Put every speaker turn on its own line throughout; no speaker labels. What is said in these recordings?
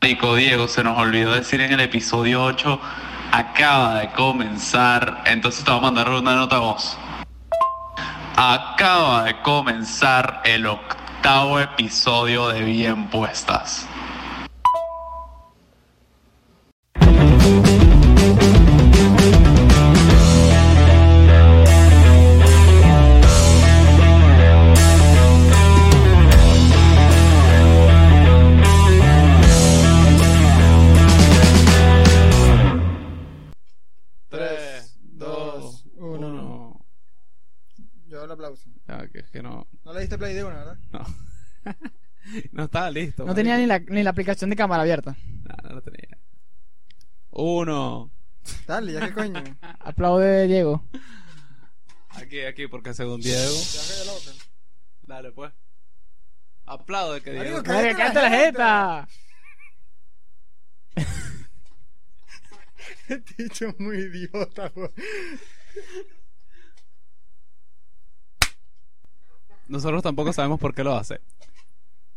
Rico Diego, se nos olvidó decir en el episodio 8, acaba de comenzar, entonces te voy a mandar una nota a voz. Acaba de comenzar el octavo episodio de Bien Puestas.
Tres, dos, uno.
Yo el aplauso.
Ah, que es que no.
No le diste play de una, ¿verdad?
No. no estaba listo.
No tenía
marico.
ni la, ni la aplicación de cámara abierta.
No, no lo tenía. Uno.
Dale, ya que coño.
Ah.
Ya
Aplaude Diego.
Aquí, aquí, porque según Diego.
calla la boca.
Dale, pues. Aplaude que Diego.
Marico,
¡Cállate,
cállate
cállate la jeta!
Dicho muy idiota, güey.
Nosotros tampoco sabemos por qué lo hace.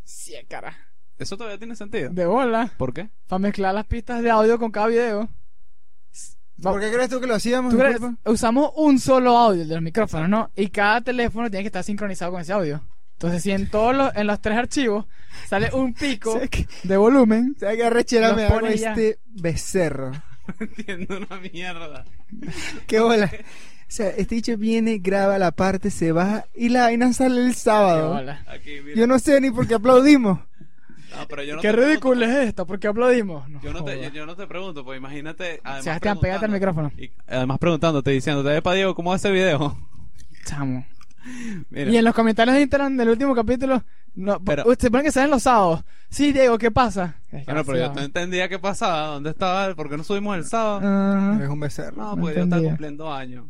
Sí, cara.
Eso todavía tiene sentido.
De bola.
¿Por qué?
Para mezclar las pistas de audio con cada video.
¿Por qué crees tú que lo hacíamos?
¿Tú crees?
disculpa?
Usamos un solo audio de los micrófonos, ¿no? Y cada teléfono tiene que estar sincronizado con ese audio. Entonces, si en todos los, en los tres archivos sale un pico
¿Sabes qué?
de volumen,
¿Sabes qué arrechera
Nos
me da con
pone ya.
este becerro?
No entiendo una mierda.
¿Qué bola? O sea, este dicho viene, graba la parte, se baja y la vaina sale el
de
sábado.
bola.
Aquí, mira.
Yo no sé ni por qué aplaudimos.
No, pero yo no
Qué
te pregunto-
ridículo es esto, ¿por qué aplaudimos? No
Yo no, te,
joda.
yo, yo no te pregunto, pues imagínate. Además,
Sebastián, pégate al
preguntando-
micrófono.
Y, además preguntándote, diciéndote, epa Diego, ¿cómo va ese video?
Chamo.
Mira.
Y en los comentarios de Instagram del último capítulo, no, uh,
Pero-
se ponen que salen los sábados. Sí, Diego, ¿qué pasa?
Bueno, pero yo no entendía qué pasaba, dónde estaba, por qué no subimos el sábado.
Ajá.
Eres un becerro.
No,
no
pues yo estaba
entendía.
cumpliendo años.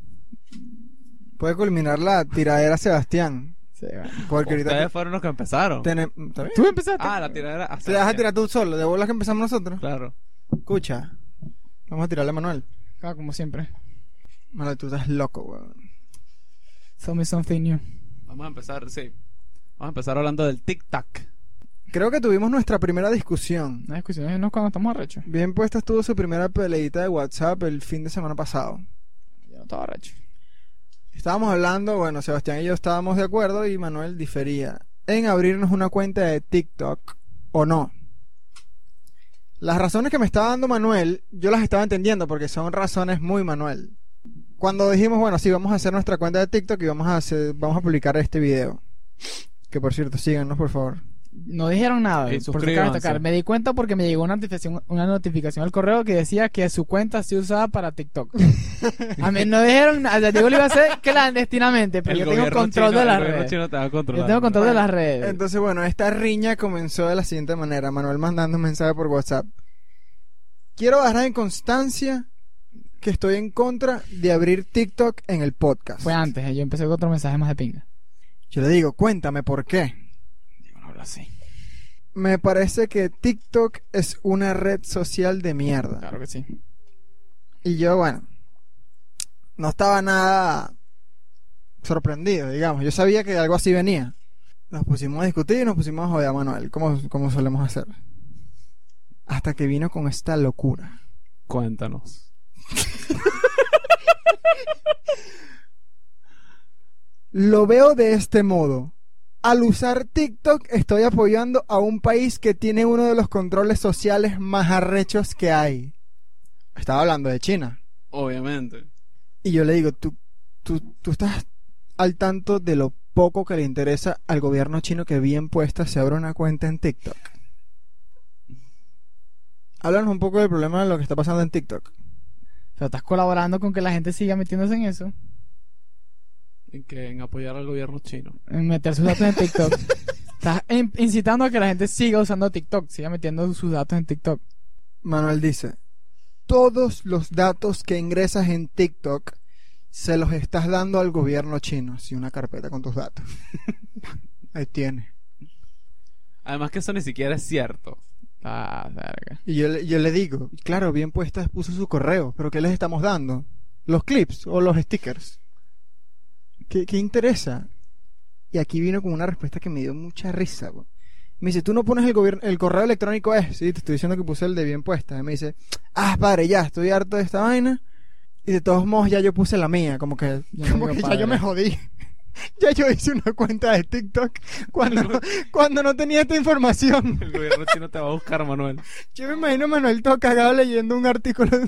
Puede culminar la tiradera Sebastián.
Sí, bueno.
Porque ahorita
Ustedes fueron los que empezaron.
tenem- ¿Está bien?
¿Tú empezaste?
Ah, la tiradera. a
Te vas a
Sebastián.
tirar tú solo, de bolas que empezamos nosotros.
Claro.
Escucha, vamos a tirarle a Manuel.
Ah, como siempre.
Manuel, tú estás loco, weón.
Show me something new.
Vamos a empezar, sí. Vamos a empezar hablando del tic-tac.
Creo que tuvimos nuestra primera discusión.
No discusiones, no cuando estamos arrechos.
Bien puesta estuvo su primera peleita de WhatsApp el fin de semana pasado.
Yo no estaba arrecho.
Estábamos hablando, bueno, Sebastián y yo estábamos de acuerdo y Manuel difería en abrirnos una cuenta de TikTok o no. Las razones que me estaba dando Manuel, yo las estaba entendiendo porque son razones muy Manuel. Cuando dijimos, bueno, sí, vamos a hacer nuestra cuenta de TikTok y vamos a hacer, vamos a publicar este video. Que por cierto, síganos, por favor.
No dijeron nada.
Y
por eso cabe
suscríbanse.
destacar. Me di cuenta porque me llegó una notificación, una notificación al correo que decía que su cuenta se usaba para TikTok. a mí no dijeron nada. Diego lo iba a hacer clandestinamente, pero yo tengo control
chino,
de las
el gobierno
redes.
chino te va a
Yo
controlar.
tengo control de
Bueno,
las redes.
Entonces, bueno, esta riña comenzó de la siguiente manera. Manuel mandando un mensaje por WhatsApp. Quiero bajar en constancia que estoy en contra de abrir TikTok en el podcast.
Fue antes, eh, yo empecé con otro mensaje más de pinga.
Yo le digo, cuéntame por qué.
Diego no habla así.
Me parece que TikTok es una red social de mierda.
Claro que sí.
Y yo, bueno, no estaba nada sorprendido, digamos. Yo sabía que algo así venía. Nos pusimos a discutir y nos pusimos a joder a Manuel, como, como solemos hacer. Hasta que vino con esta locura.
Cuéntanos.
Lo veo de este modo. Al usar TikTok estoy apoyando a un país que tiene uno de los controles sociales más arrechos que hay. Estaba hablando de China.
Obviamente.
Y yo le digo, tú, tú, tú estás al tanto de lo poco que le interesa al gobierno chino que bien puesta se abra una cuenta en TikTok. Háblanos un poco del problema de lo que está pasando en TikTok.
Pero estás colaborando con que la gente siga metiéndose en eso.
En, que, en apoyar al gobierno chino.
En meter sus datos en TikTok. estás in- incitando a que la gente siga usando TikTok, siga metiendo sus datos en TikTok.
Manuel dice, todos los datos que ingresas en TikTok se los estás dando al gobierno chino. Si una carpeta con tus datos. Ahí tiene.
Además que eso ni siquiera es cierto.
Ah, verga.
Y yo, le- yo le digo, claro, bien puesta puso su correo, pero ¿qué les estamos dando? ¿Los clips o los stickers? ¿Qué, qué interesa? Y aquí vino con una respuesta que me dio mucha risa. güey. Me dice, tú no pones el, gobier- el correo electrónico es. Sí, te estoy diciendo que puse el de bien puesta. Y me dice, ah, padre, ya, estoy harto de esta vaina. Y de todos modos ya yo puse la mía, como que,
Ya
como
digo,
que ya
padre.
yo me jodí. Ya yo hice una cuenta de TikTok cuando, cuando no tenía esta información.
El gobierno chino te va a buscar, Manuel.
Yo me imagino a Manuel todo cagado leyendo un artículo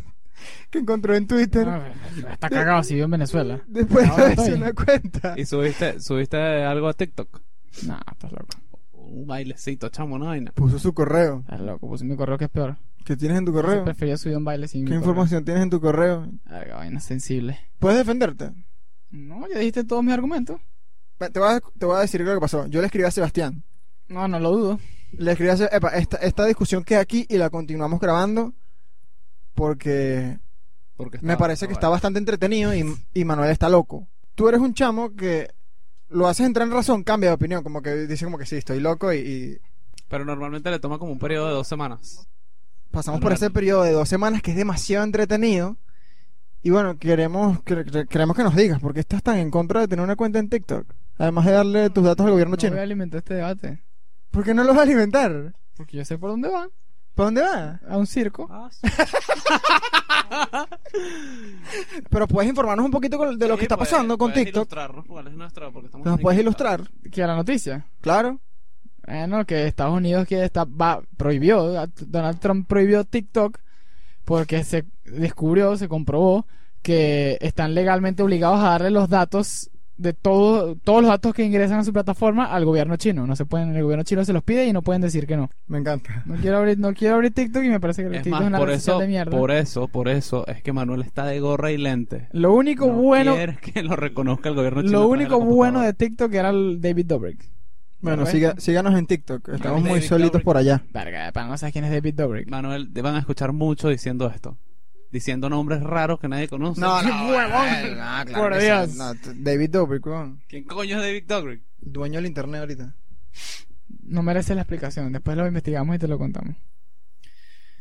que encontró en Twitter.
Ah, Está cagado si vivo en Venezuela.
Después de
ahora
haberse
estoy.
una cuenta.
¿Y subiste, subiste algo a TikTok?
No, estás loco.
Un bailecito, chamo, una vaina.
Puso su correo.
Estás loco. Puse mi correo que es peor.
¿Qué tienes en tu
Yo
correo?
Prefería subir un baile sin mi
¿Qué
correo.
información tienes en tu correo?
Verga, vaina sensible.
¿Puedes defenderte?
No, ya dijiste todos mis argumentos.
Ve, Te voy, a, te voy a decir lo que pasó. Yo le escribí a Sebastián.
No, no lo dudo.
Le escribí a Sebastián. Esta, esta discusión queda aquí y la continuamos grabando porque
Porque
me
estaba-
parece que está bastante entretenido y, y Manuel está loco. Tú eres un chamo que lo haces entrar en razón, cambia de opinión. Como que dice como que sí, estoy loco y, y
Pero normalmente le toma como un periodo de dos semanas.
pasamos por
Manuel.
ese periodo de dos semanas que es demasiado entretenido. Y bueno, queremos, cre- cre- queremos que nos digas por qué estás tan en contra de tener una cuenta en TikTok. Además de darle tus datos al gobierno
No
chino.
voy a alimentar este debate.
¿Por qué no los va a alimentar?
Porque yo sé por dónde va.
¿Para dónde va?
A un circo.
Ah,
Pero puedes informarnos un poquito con- de lo que está pasando con TikTok.
Ilustrarnos, ¿cuál es nuestra? Porque estamos
Nos
en
puedes
Inglaterra.
ilustrar,
Que a la noticia.
claro.
Bueno, que Estados Unidos que está, va, prohibió, a- Donald Trump prohibió TikTok porque se descubrió, se comprobó que están legalmente obligados a darle los datos de todo, todos los datos que ingresan a su plataforma al gobierno chino. No se pueden, el gobierno chino se los pide y no pueden decir que no.
Me encanta.
No quiero abrir, no quiero abrir TikTok y me parece que el
Es
TikTok es
más,
una
por
red social
eso,
de mierda.
por eso, por eso es que Manuel está de gorra y lente.
Lo único
No
bueno,
quieres que lo reconozca el gobierno chino.
lo
a través la
único bueno
computadora.
de TikTok era el David Dobrik.
Bueno,
Bueno.
siga- síganos en TikTok. Estamos muy
David
solitos
Dobrik.
por allá.
Verga, para no sabes quién es David Dobrik.
Manuel, te van a escuchar mucho diciendo esto. Diciendo nombres raros que nadie conoce.
huevón.
Por
que sí.
Dios.
No, t- David Dobrik, huevón.
¿Quién coño es David Dobrik?
Dueño del internet ahorita.
No merece la explicación. Después lo investigamos y te lo contamos.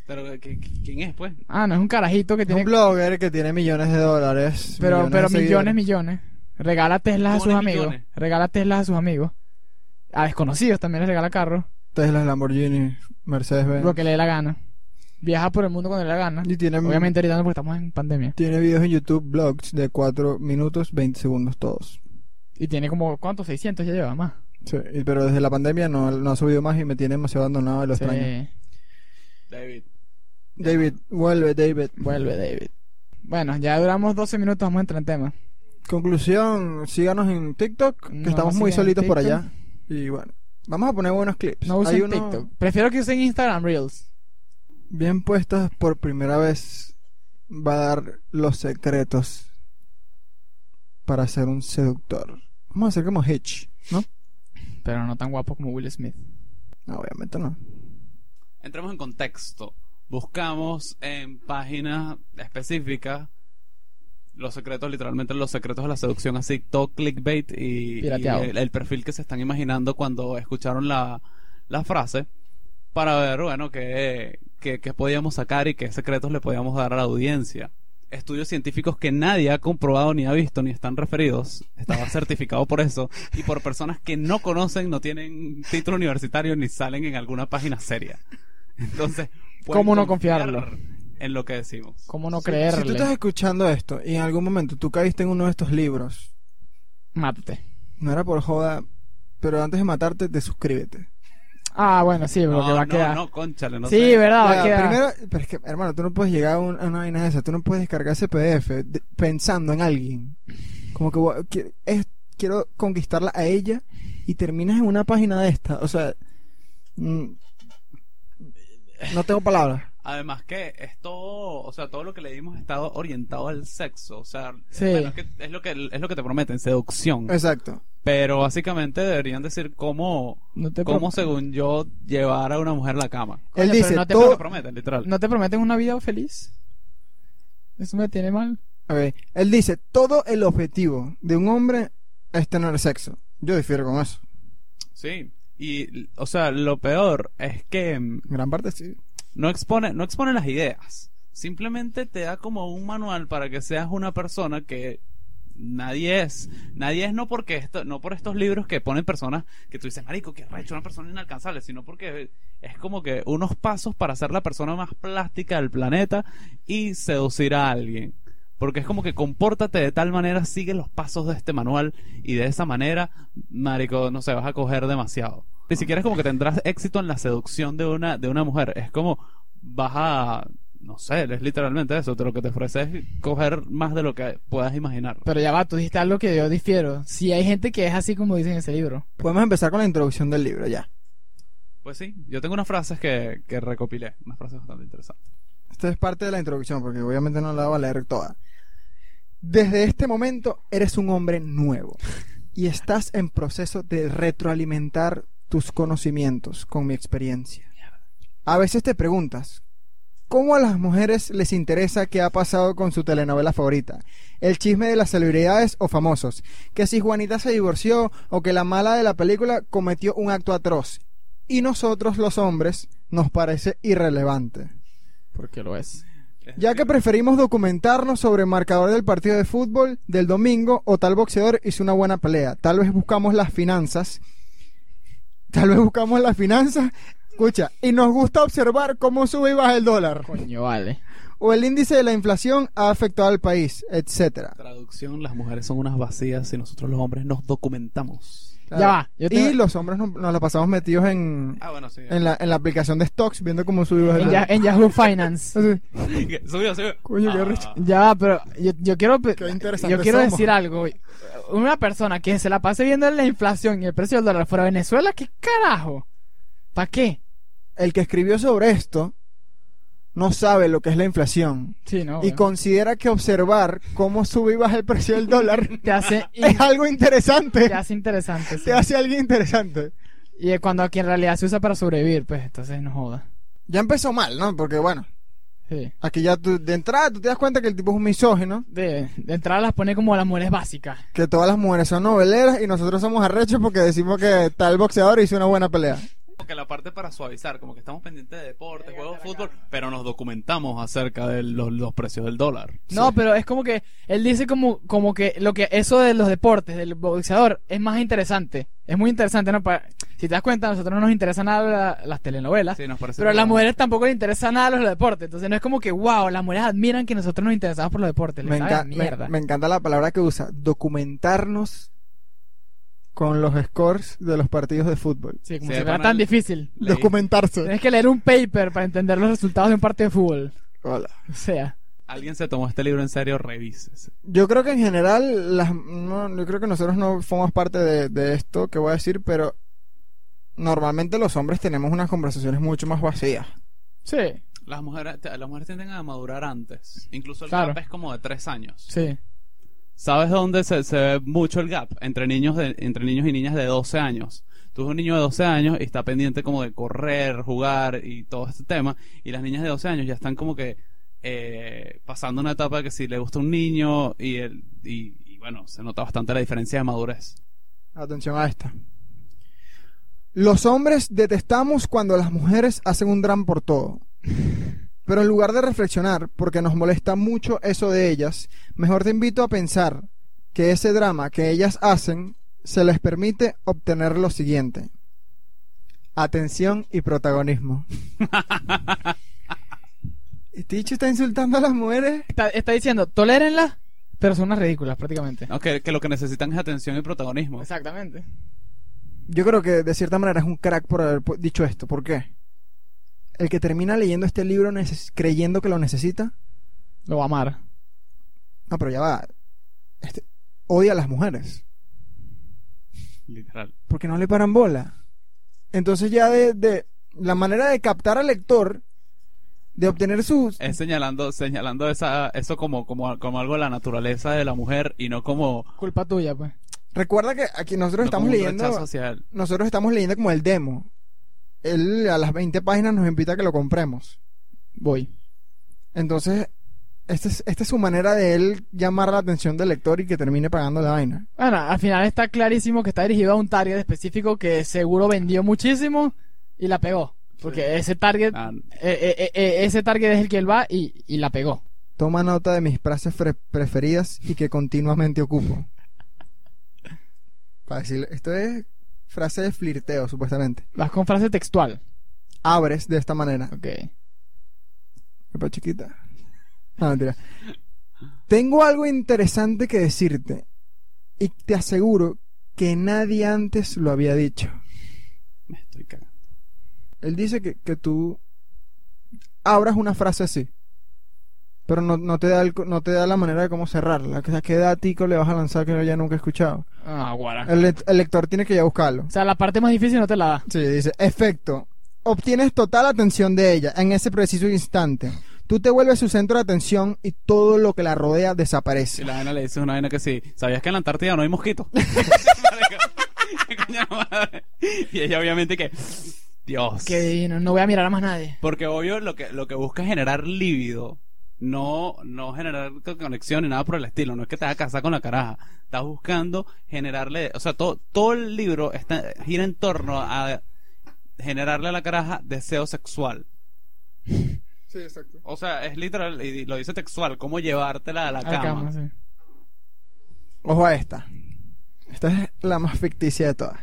Pero, ¿qué- qué- ¿quién es, pues?
Ah, no es un carajito que
Es un
tiene
blogger que tiene millones de dólares.
Pero,
millones
pero
de seguidores.
millones, millones. Regala Teslas a sus
Millones,
amigos.
millones.
Regala Teslas a sus amigos. A desconocidos también les regala carros.
Teslas, Lamborghini, Mercedes Benz.
Lo que le dé la gana. Viaja por el mundo cuando le dé la gana.
Y tiene,
Obviamente ahorita no porque estamos en pandemia.
tiene videos en YouTube, blogs de 4 minutos 20 segundos todos.
Y tiene como, ¿cuántos? 600 ya lleva más.
Sí, y- pero desde la pandemia no, no ha subido más y me tiene demasiado abandonado y lo
Sí.
extraño.
David.
David, vuelve, David.
Vuelve David. Bueno, ya duramos 12 minutos, vamos a entrar en tema.
Conclusión, síganos en TikTok, que
No,
estamos muy
sigan en
solitos por
TikTok.
allá. Y bueno, vamos a poner buenos clips.
No usen
Hay uno
TikTok. Prefiero que usen Instagram Reels.
bien puestas por primera vez. Va a dar los secretos para ser un seductor. Vamos a hacer como Hitch, ¿no?
Pero no tan guapo como Will Smith.
No, obviamente no.
Entremos en contexto. Buscamos en páginas específicas los secretos, literalmente los secretos de la seducción, así todo clickbait y, y
Pirateado.
el, el perfil que se están imaginando cuando escucharon la, la frase para ver, bueno, qué, qué- qué podíamos sacar y qué secretos le podíamos dar a la audiencia. Estudios científicos que nadie ha comprobado ni ha visto ni están referidos, estaba certificado por eso, y por personas que no conocen, no tienen título universitario ni salen en alguna página seria. Entonces, pueden
¿Cómo no
confiar
confiarlo?
En lo que decimos.
¿Cómo no
Si-
creerle?
Si tú estás escuchando esto y en algún momento tú caíste en uno de estos libros,
Mátate.
no era por joda, pero antes de matarte, te suscríbete.
Ah, bueno, sí, pero que va a
no,
quedar.
no, cónchale, no
sí,
sé.
verdad, va
Ya,
a quedar.
primero, pero es que, hermano, tú no puedes llegar a, un- a una vaina de esa. Tú no puedes descargar ese PDF de- pensando en alguien. Como que voy- qui- es- quiero conquistarla a ella y terminas en una página de esta. O sea, mm, no tengo palabras.
Además que es todo, o sea, todo lo que le dimos está orientado al sexo, o sea,
Sí.
bueno, es, que- es lo que es lo que te prometen, seducción.
Exacto.
Pero básicamente deberían decir cómo,
No te
cómo
preocupes.
según yo, llevar a una mujer a la cama.
Coño,
Él
pero
dice,
no te
Lo
todo-
que prometen, literal.
¿No te prometen una vida feliz? Eso me tiene mal.
a ver, él dice, todo el objetivo de un hombre es tener sexo. Yo difiero con eso.
Sí. Y, o sea, lo peor es que mm,
En gran parte sí.
no expone, no expone las ideas. Simplemente te da como un manual para que seas una persona que nadie es. Nadie es no porque esto, no por estos libros que ponen personas que tú dices, marico, que recho, una persona inalcanzable, sino porque es como que unos pasos para ser la persona más plástica del planeta y seducir a alguien. Porque es como que compórtate de tal manera, sigue los pasos de este manual y de esa manera, marico, no se vas a coger demasiado. Ni siquiera es como que tendrás éxito en la seducción de una, de una mujer. Es como vas a, no sé, es literalmente eso. Te- Lo que te ofrece es coger más de lo que puedas imaginar.
Pero ya va, tú dijiste algo que yo difiero. Si hay gente que es así como dicen en ese libro.
Podemos empezar con la introducción del libro ya.
Pues sí, yo tengo unas frases que, que recopilé, unas frases bastante interesantes.
Esta es parte de la introducción, porque obviamente no la voy a leer toda. Desde este momento eres un hombre nuevo y estás en proceso de retroalimentar tus conocimientos con mi experiencia. A veces te preguntas, ¿cómo a las mujeres les interesa qué ha pasado con su telenovela favorita? El chisme de las celebridades o famosos, que si Juanita se divorció o que la mala de la película cometió un acto atroz. Y nosotros los hombres nos parece irrelevante.
Porque lo es.
Ya que preferimos documentarnos sobre el marcador del partido de fútbol del domingo o tal boxeador hizo una buena pelea. Tal vez buscamos las finanzas. Tal vez buscamos las finanzas. Escucha, y nos gusta observar cómo sube y baja el dólar.
Coño, vale.
O el índice de la inflación ha afectado al país, etcétera.
Traducción, las mujeres son unas vacías y nosotros los hombres nos documentamos.
Ya va, yo tengo-
Y los hombres no- nos la pasamos metidos en,
Ah, bueno, sí.
en, la, en la aplicación de stocks viendo cómo sube y baja el
En, Ya-
dólar.
en Yahoo Finance.
Así.
Subió, subió.
Coño, qué arrecho.
Ya va, pero yo, yo quiero,
Qué interesante
yo quiero
somos.
decir algo. Una persona que se la pase viendo la inflación y el precio del dólar fuera de Venezuela, ¿qué carajo? ¿Para qué?
El que escribió sobre esto no sabe lo que es la inflación.
Sí, no.
y
Ah, bueno.
considera que observar cómo sube y baja el precio del dólar
Te hace,
es algo interesante.
te hace interesante. sí.
Te hace alguien interesante.
Y es cuando aquí en realidad se usa para sobrevivir, pues entonces no joda.
Ya empezó mal, ¿no? Porque bueno,
Sí.
aquí ya tú- de entrada tú te das cuenta que el tipo es un misógino,
De, de entrada las pone como las mujeres básicas.
que todas las mujeres son noveleras y nosotros somos arrechos porque decimos que tal boxeador hizo una buena pelea.
Como que la parte para suavizar, como que estamos pendientes de deporte, juegos de fútbol, pero nos documentamos acerca de los, los precios del dólar.
No, pero es como que él dice como, como que lo que eso de los deportes, del boxeador, es más interesante. Es muy interesante, ¿no? Pa- si te das cuenta, a nosotros no nos interesan nada la- las telenovelas.
Sí, nos parece
Pero a las
como-
mujeres tampoco les interesa nada los deportes. Entonces no es como que, wow, las mujeres admiran que nosotros nos interesamos por los deportes. Les
Me,
sabe a
enca- me-
mierda.
me encanta la palabra que usa, documentarnos con los scores de los partidos de fútbol.
Sí, como
Se
si fuera
van
tan
al-
difícil.
Leí-
Documentarse.
Tienes que leer un paper para entender los resultados de un partido de fútbol.
Hola.
O sea,
Alguien se tomó este libro en serio, revísese.
Yo creo que en general, las, no, yo creo que nosotros no formamos parte de, de esto que voy a decir, pero normalmente los hombres tenemos unas conversaciones mucho más vacías.
sí,
Las mujeres, te- las mujeres tienden a madurar antes. Incluso el
Claro.
gap es como de tres años.
sí.
¿Sabes dónde se, se ve mucho el gap? Entre niños, de- entre niños y niñas de 12 años. Tú eres un niño de 12 años y está pendiente como de correr, jugar y todo este tema. Y las niñas de 12 años ya están como que eh, pasando una etapa que si le gusta un niño y, el, y, y bueno, se nota bastante la diferencia de madurez.
Atención a esta. Los hombres detestamos cuando las mujeres hacen un dram por todo. Pero en lugar de reflexionar, porque nos molesta mucho eso de ellas, mejor te invito a pensar que ese drama que ellas hacen se les permite obtener lo siguiente. Atención y protagonismo. Este dicho está insultando a las mujeres.
Está, está diciendo, tolérenlas, pero son unas ridículas prácticamente.
¿no? Que, que lo que necesitan es atención y protagonismo.
Exactamente.
Yo creo que de cierta manera es un crack por haber pu- dicho esto. ¿Por qué? El que termina leyendo este libro neces- creyendo que lo necesita.
Lo va a amar.
No, pero ya va. Este, odia a las mujeres.
Literal.
Porque no le paran bola. Entonces ya de, de- la manera de captar al lector, de obtener sus...
Es señalando, señalando esa, eso como, como, como algo de la naturaleza de la mujer y no como,
Culpa tuya, pues.
Recuerda que aquí nosotros
no
estamos
como un
leyendo...
rechazo hacia él.
Nosotros estamos leyendo como el demo. Él a las 20 páginas nos invita a que lo compremos.
Voy.
Entonces, esta es, esta es su manera de él llamar la atención del lector y que termine pagando la vaina.
Bueno, al final está clarísimo que está dirigido a un target específico que seguro vendió muchísimo y la pegó. Porque ese target,
Ah,
eh, eh, eh, eh, ese target es el que él va y, y la pegó.
Toma nota de mis frases fre- preferidas y que continuamente ocupo. Para decirle- esto es frase de flirteo, supuestamente.
Vas con frase textual.
Abres de esta manera.
Ok.
Epa, chiquita. No, mentira. Tengo algo interesante que decirte. Y te aseguro que nadie antes lo había dicho.
Me estoy cagando.
Él dice que, que tú abras una frase así. Pero no, no te da el co- no te da la manera de cómo cerrarla. O sea, ¿qué datico le vas a lanzar que no haya nunca escuchado?
Ah, guaraca.
El, lec- el lector tiene que ya buscarlo.
O sea, la parte más difícil no te la da.
Sí, dice, efecto. Obtienes total atención de ella en ese preciso instante. Tú te vuelves su centro de atención y todo lo que la rodea
Si
desaparece.
la vaina le dices una vaina que sí. ¿Sabías que en la Antártida no hay mosquitos? ¿Qué coño de madre? y ella obviamente que... Dios.
Qué divino. No voy a mirar a más nadie.
Porque obvio lo que, lo que busca es generar lívido. No, no generar co- conexión ni nada por el estilo. No es que te vas a casar con la caraja. Estás buscando generarle... O sea, todo, todo el libro está, gira en torno a generarle a la caraja deseo sexual.
Sí, exacto.
O sea, es literal, y lo dice textual, cómo llevártela a la
A
cama.
la cama, sí.
Ojo a esta. Esta es la más ficticia de todas.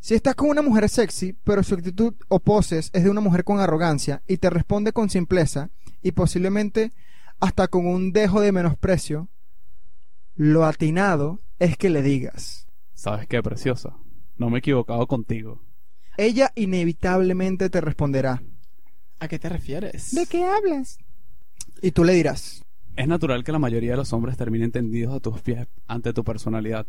Si estás con una mujer sexy, pero su actitud o poses es de una mujer con arrogancia y te responde con simpleza y posiblemente hasta con un dejo de menosprecio, lo atinado es que le digas.
¿Sabes qué, preciosa? No me he equivocado contigo.
Ella inevitablemente te responderá.
¿A qué te refieres?
qué hablas? Y tú le dirás.
Es natural que la mayoría de los hombres terminen tendidos a tus pies ante tu personalidad,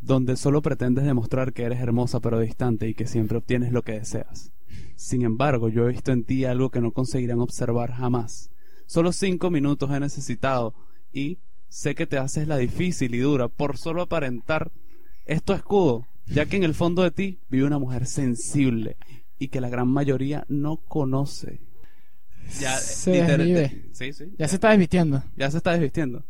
donde solo pretendes demostrar que eres hermosa pero distante y que siempre obtienes lo que deseas. Sin embargo, yo he visto en ti algo que no conseguirán observar jamás. Solo cinco minutos he necesitado y sé que te haces la difícil y dura por solo aparentar esto escudo, ya que en el fondo de ti vive una mujer sensible y que la gran mayoría no conoce.
Se
literal-
desvive.
Sí, sí.
Ya se está desvistiendo.
Ya se está desvistiendo.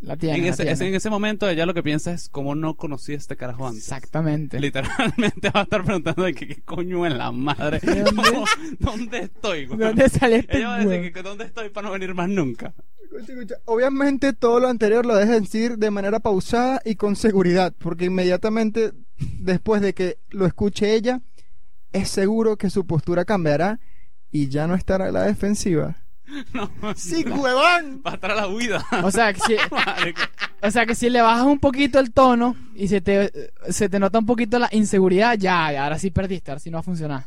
La tiene.
en,
la
ese,
tiene.
ese- en ese momento ella lo que piensa es cómo no conocí a este carajo antes.
Exactamente.
Literalmente va a estar preguntando de que qué coño en la madre.
¿De dónde?
¿Cómo- ¿Dónde estoy? güey?
¿Dónde sale este
Ella va a decir
huevo?
que, que dónde estoy para no venir más nunca.
Escucha, escucha. Obviamente todo lo anterior lo dejas decir de manera pausada y con seguridad, porque inmediatamente después de que lo escuche ella, es seguro que su postura cambiará y ya no estará a la defensiva.
No,
¡Sí, huevón!
va a estar a la huida.
O sea, que si,
marico.
o sea, que si le bajas un poquito el tono y se te, se te nota un poquito la inseguridad, ya, ya, ahora sí perdiste, ahora sí no va a funcionar.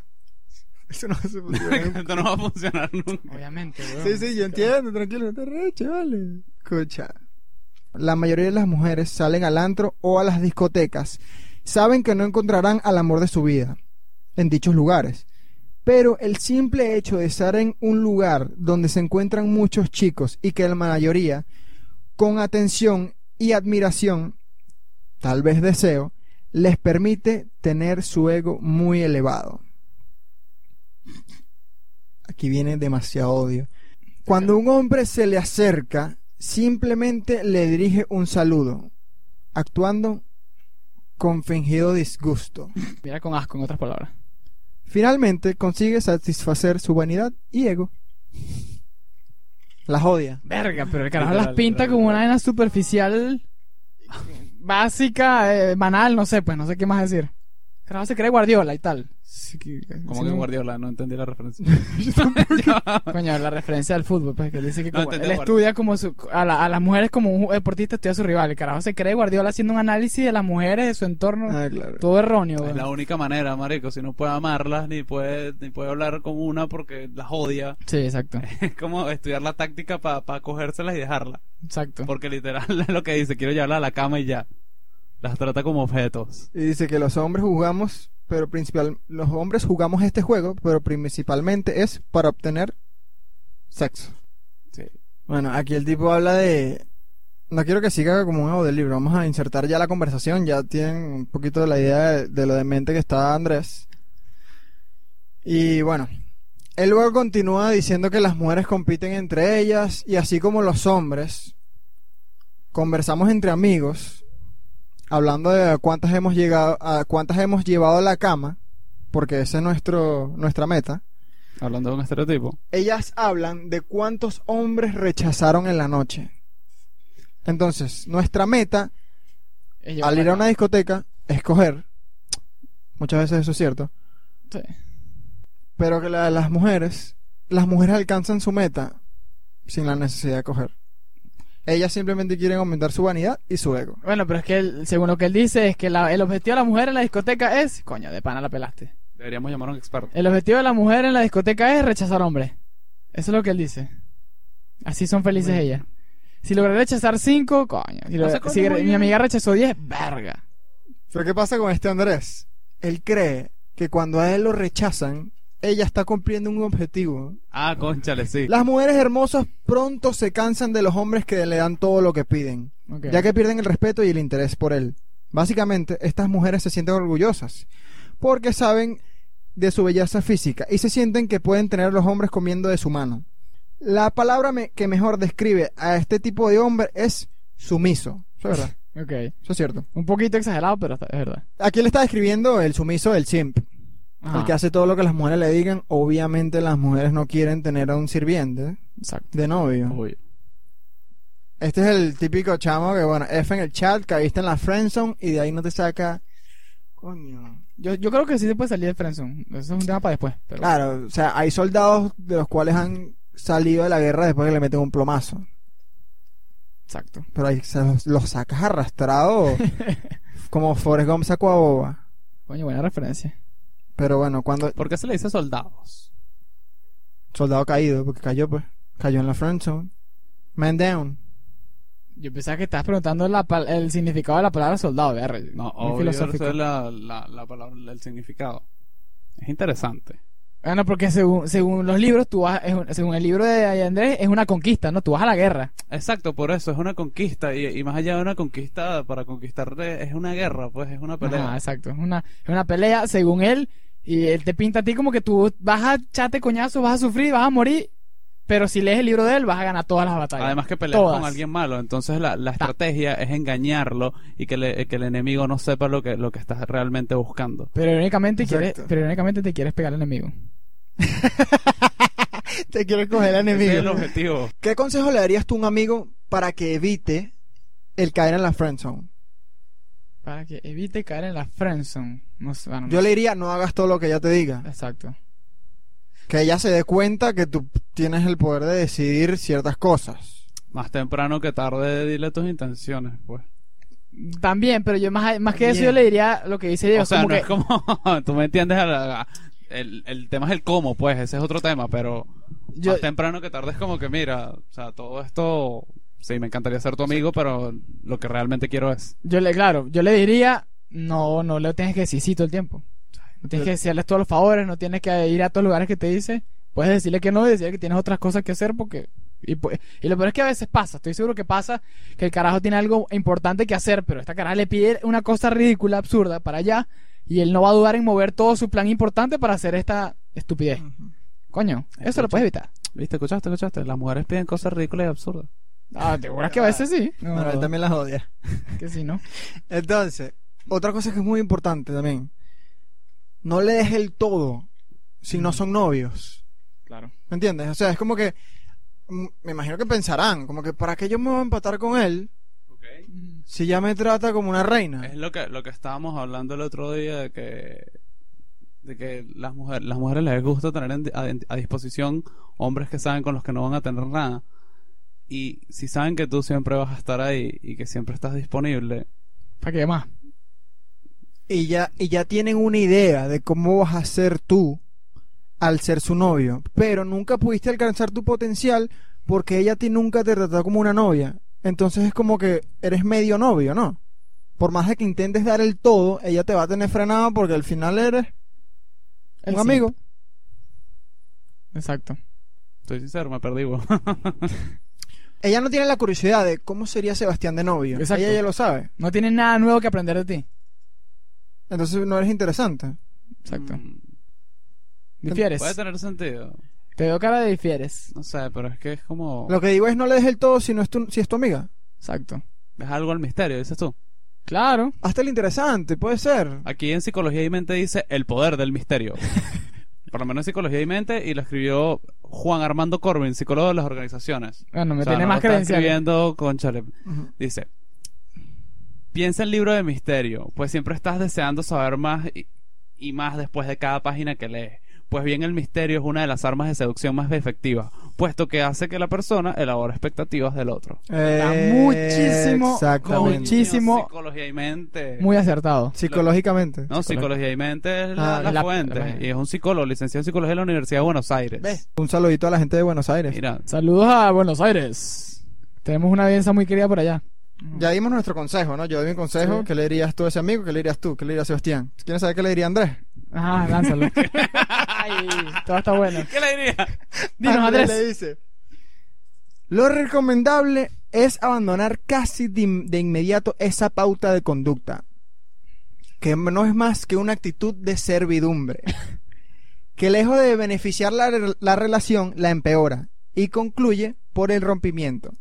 Eso no se funciona.
Esto no va a funcionar nunca.
Obviamente, weón.
Sí, sí, yo entiendo, tranquilo, no te arreches, vale. Escucha. La mayoría de las mujeres salen al antro o a las discotecas. Saben que no encontrarán al amor de su vida en dichos lugares. Pero el simple hecho de estar en un lugar donde se encuentran muchos chicos y que la mayoría, con atención y admiración, tal vez deseo, les permite tener su ego muy elevado. Aquí viene demasiado odio. Cuando un hombre se le acerca, simplemente le dirige un saludo, actuando con fingido disgusto.
Mira con asco, en otras palabras.
Finalmente consigue satisfacer su vanidad y ego. Las odia.
Verga, pero el carajo
Literal,
las pinta
literal,
como una
literal.
arena superficial, básica, eh, banal, no sé, pues, no sé qué más decir. El carajo se cree Guardiola y tal.
Como
Sí,
que
no.
Guardiola, no entendí la referencia.
Coño, la referencia al fútbol, pues, que él dice que
No,
como-
entendí,
él
Guardiola.
estudia como su- a, la- a las mujeres como un deportista estudia a su rival. El carajo se cree Guardiola haciendo un análisis de las mujeres, de su entorno,
Ah, claro.
todo erróneo,
Es
weón.
la única manera, marico. Si no puede amarlas, ni puede, ni puede hablar con una porque las odia.
Sí, exacto,
Es como estudiar la táctica para cogérselas y dejarla.
exacto.
Porque literal es lo que dice, quiero llevarla a la cama y ya. Las trata como objetos.
Y dice que los hombres jugamos, pero principal, los hombres jugamos este juego, pero principalmente es para obtener sexo.
Sí.
Bueno, aquí el tipo habla de. No quiero que siga como un audiolibro. Vamos a insertar ya la conversación. Ya tienen un poquito de la idea de, de lo demente que está Andrés. Y bueno, él luego continúa diciendo que las mujeres compiten entre ellas y así como los hombres conversamos entre amigos, hablando de a cuántas hemos llegado, a cuántas hemos llevado a la cama, porque esa es nuestro nuestra meta.
Hablando de un estereotipo.
ellas hablan de cuántos hombres rechazaron en la noche. Entonces, nuestra meta
Es llevar
al ir a
la-
una discoteca es coger. Muchas veces eso es cierto.
Sí.
Pero que la de las mujeres, las mujeres alcanzan su meta sin la necesidad de coger. Ellas simplemente quieren aumentar su vanidad y su ego.
Bueno, pero es que él- según lo que él dice es que la- el objetivo de la mujer en la discoteca es... Coño, de pana la pelaste.
Deberíamos llamar a un experto.
El objetivo de la mujer en la discoteca es rechazar hombres. Eso es lo que él dice. Así son felices
Bueno.
ellas. Si logré rechazar cinco, coño. Si, logra-
O sea, coño,
si
muy
re- mi
bien.
amiga rechazó diez, verga.
Pero ¿qué pasa con este Andrés? Él cree que cuando a él lo rechazan, ella está cumpliendo un objetivo.
Ah, conchale, sí.
Las mujeres hermosas pronto se cansan de los hombres que le dan todo lo que piden.
Ok.
ya que pierden el respeto y el interés por él. Básicamente, estas mujeres se sienten orgullosas porque saben de su belleza física y se sienten que pueden tener a los hombres comiendo de su mano. La palabra me- que mejor describe a este tipo de hombre es sumiso. Eso es verdad,
Ok.
eso es cierto.
Un poquito exagerado, pero está- es verdad.
Aquí le está describiendo el sumiso del simp, el
Ajá.
que hace todo lo que las mujeres le digan. Obviamente, las mujeres no quieren tener a un sirviente
Exacto.
de novio.
Uy.
Este es el típico chamo que, bueno, F en el chat, caíste en la friendzone y de ahí no te saca. Coño.
Yo, yo creo que sí se puede salir de Friendzone. Eso es un tema para después. Pero...
Claro, o sea, hay soldados de los cuales han salido de la guerra después que le meten un plomazo.
Exacto.
Pero ahí se los, los sacas arrastrado como Forrest Gump sacó a Boba.
Coño, buena referencia.
Pero bueno, cuando.
¿Por qué se le dice soldados?
Soldado caído, porque cayó, pues. Cayó en la friendzone. Man down.
Yo pensaba que estabas preguntando la pal- el significado de la palabra soldado, verga.
No,
Muy
obvio, eso
filosófico.
es la, la, la palabra, el significado. Es interesante.
Bueno, porque según, según los libros, tú vas, es un- según el libro de Andrés, es una conquista, ¿no? Tú vas a la guerra.
Exacto, por eso es una conquista y, y más allá de una conquista para conquistar es una guerra, pues es una pelea.
Ajá, exacto. Es una, es una pelea, según él, y él te pinta a ti como que tú vas a echarte coñazo, vas a sufrir, vas a morir, pero si lees el libro de él, vas a ganar todas las batallas.
Además que peleas con
Todas.
alguien malo, entonces la, la
Ta.
estrategia es engañarlo y que, le- que el enemigo no sepa lo que, lo que estás realmente buscando.
Pero irónicamente,
Exacto.
quieres, pero irónicamente te quieres pegar al enemigo.
Te quiero coger al
Ese es el
enemigo.
objetivo.
¿Qué consejo le darías tú a un amigo para que evite el caer en la friendzone?
Para que evite caer en la friendzone. No sé, bueno, no
Yo
sé.
le diría, no hagas todo lo que ella te diga.
Exacto.
Que ella se dé cuenta que tú tienes el poder de decidir ciertas cosas.
Más temprano que tarde, dile tus intenciones, pues.
También, pero yo más, más que eso
Bien.
yo le diría lo que dice Diego.
o sea,
como
no
que-
es como... tú me entiendes, a la- a- el, el tema es el cómo, pues, ese es otro tema, pero
Yo-
más temprano que tarde es como que, mira, o sea, todo esto... Sí, me encantaría ser tu amigo, pero lo que realmente quiero es...
Yo le, claro, yo le diría, no, no le tienes que decir sí todo el tiempo. No tienes que decirles todos los favores, no tienes que ir a todos los lugares que te dice. Puedes decirle que no y decirle que tienes otras cosas que hacer porque... Y, pu- y lo peor es que a veces pasa, estoy seguro que pasa que el carajo tiene algo importante que hacer, pero esta caraja le pide una cosa ridícula, absurda, para allá, y él no va a dudar en mover todo su plan importante para hacer esta estupidez. Coño, eso lo puedes evitar.
¿Viste? ¿Escuchaste? ¿Escuchaste? Las mujeres piden cosas ridículas y absurdas.
Ah, te aseguras que a veces sí. No,
Bueno, él también las odia.
que sí, ¿no?
Entonces, otra cosa que es muy importante también. No le des el todo si no son novios.
Claro.
¿Me entiendes? O sea, es como que... mm, Me imagino que pensarán, como que ¿para qué yo me voy a empatar con él si ya me trata como una reina?
Es lo que, lo que estábamos hablando el otro día de que de que las mujeres las mujeres les gusta tener en- a, en- a disposición hombres que saben con los que no van a tener nada y si saben que tú siempre vas a estar ahí y que siempre estás disponible
¿Para qué más?
Y ya, y ya tienen una idea de cómo vas a ser tú al ser su novio. Pero nunca pudiste alcanzar tu potencial porque ella a ti nunca te trató como una novia. Entonces es como que eres medio novio, ¿no? Por más de que intentes dar el todo, ella te va a tener frenado porque al final eres
El
un amigo.
simp. Exacto.
estoy sincero me perdí bo.
Ella no tiene la curiosidad de cómo sería Sebastián de novio.
Exacto.
Ella ya lo sabe.
No tienes nada nuevo que aprender de ti.
Entonces no eres interesante.
Exacto.
Mm,
Difieres.
puede tener sentido
Te veo cara de difieres.
no sé pero es que es como
Lo que digo es no le des el todo si, no es tu, si es tu amiga.
Exacto.
es algo al misterio dices tú
Claro.
Hasta el interesante, puede ser.
aquí en psicología y mente dice el poder del misterio por lo menos psicología y mente, y lo escribió Juan Armando Corbin, psicólogo de las organizaciones.
Bueno, me
O sea,
tiene
no lo
más
está
credenciales.
escribiendo, cónchale.
Ujú.
Dice, piensa en libro de misterio, pues siempre estás deseando saber más y, y más después de cada página que lees. Pues bien, el misterio es una de las armas de seducción más efectivas, puesto que hace que la persona elabore expectativas del otro. Eh,
muchísimo,
Exactamente.
muchi- Muchísimo-
Coño, Psicología y mente.
Muy acertado.
Psicológicamente.
no, psicología y mente es la,
Ah,
la
la-
fuente.
la-
y es un psicólogo, licenciado en psicología de la Universidad de Buenos Aires.
¿Ves?
Un saludito a la gente de Buenos Aires.
Mira,
Saludos a Buenos Aires. Tenemos una audiencia muy querida por allá.
Mm.
Ya dimos nuestro consejo, ¿no? Yo doy mi consejo.
Sí.
¿Qué le dirías tú a ese amigo? ¿Qué le dirías tú? ¿Qué le dirías a Sebastián? ¿Quieres saber qué le diría a Andrés?
Ah, lánzalo. Ay, todo está bueno.
¿qué le diría?
Dinos,
Andrés
Andrés.
le dice: Lo recomendable es abandonar casi de, in- de inmediato esa pauta de conducta, que no es más que una actitud de servidumbre, que lejos de beneficiar la, re- la relación, la empeora y concluye por el rompimiento.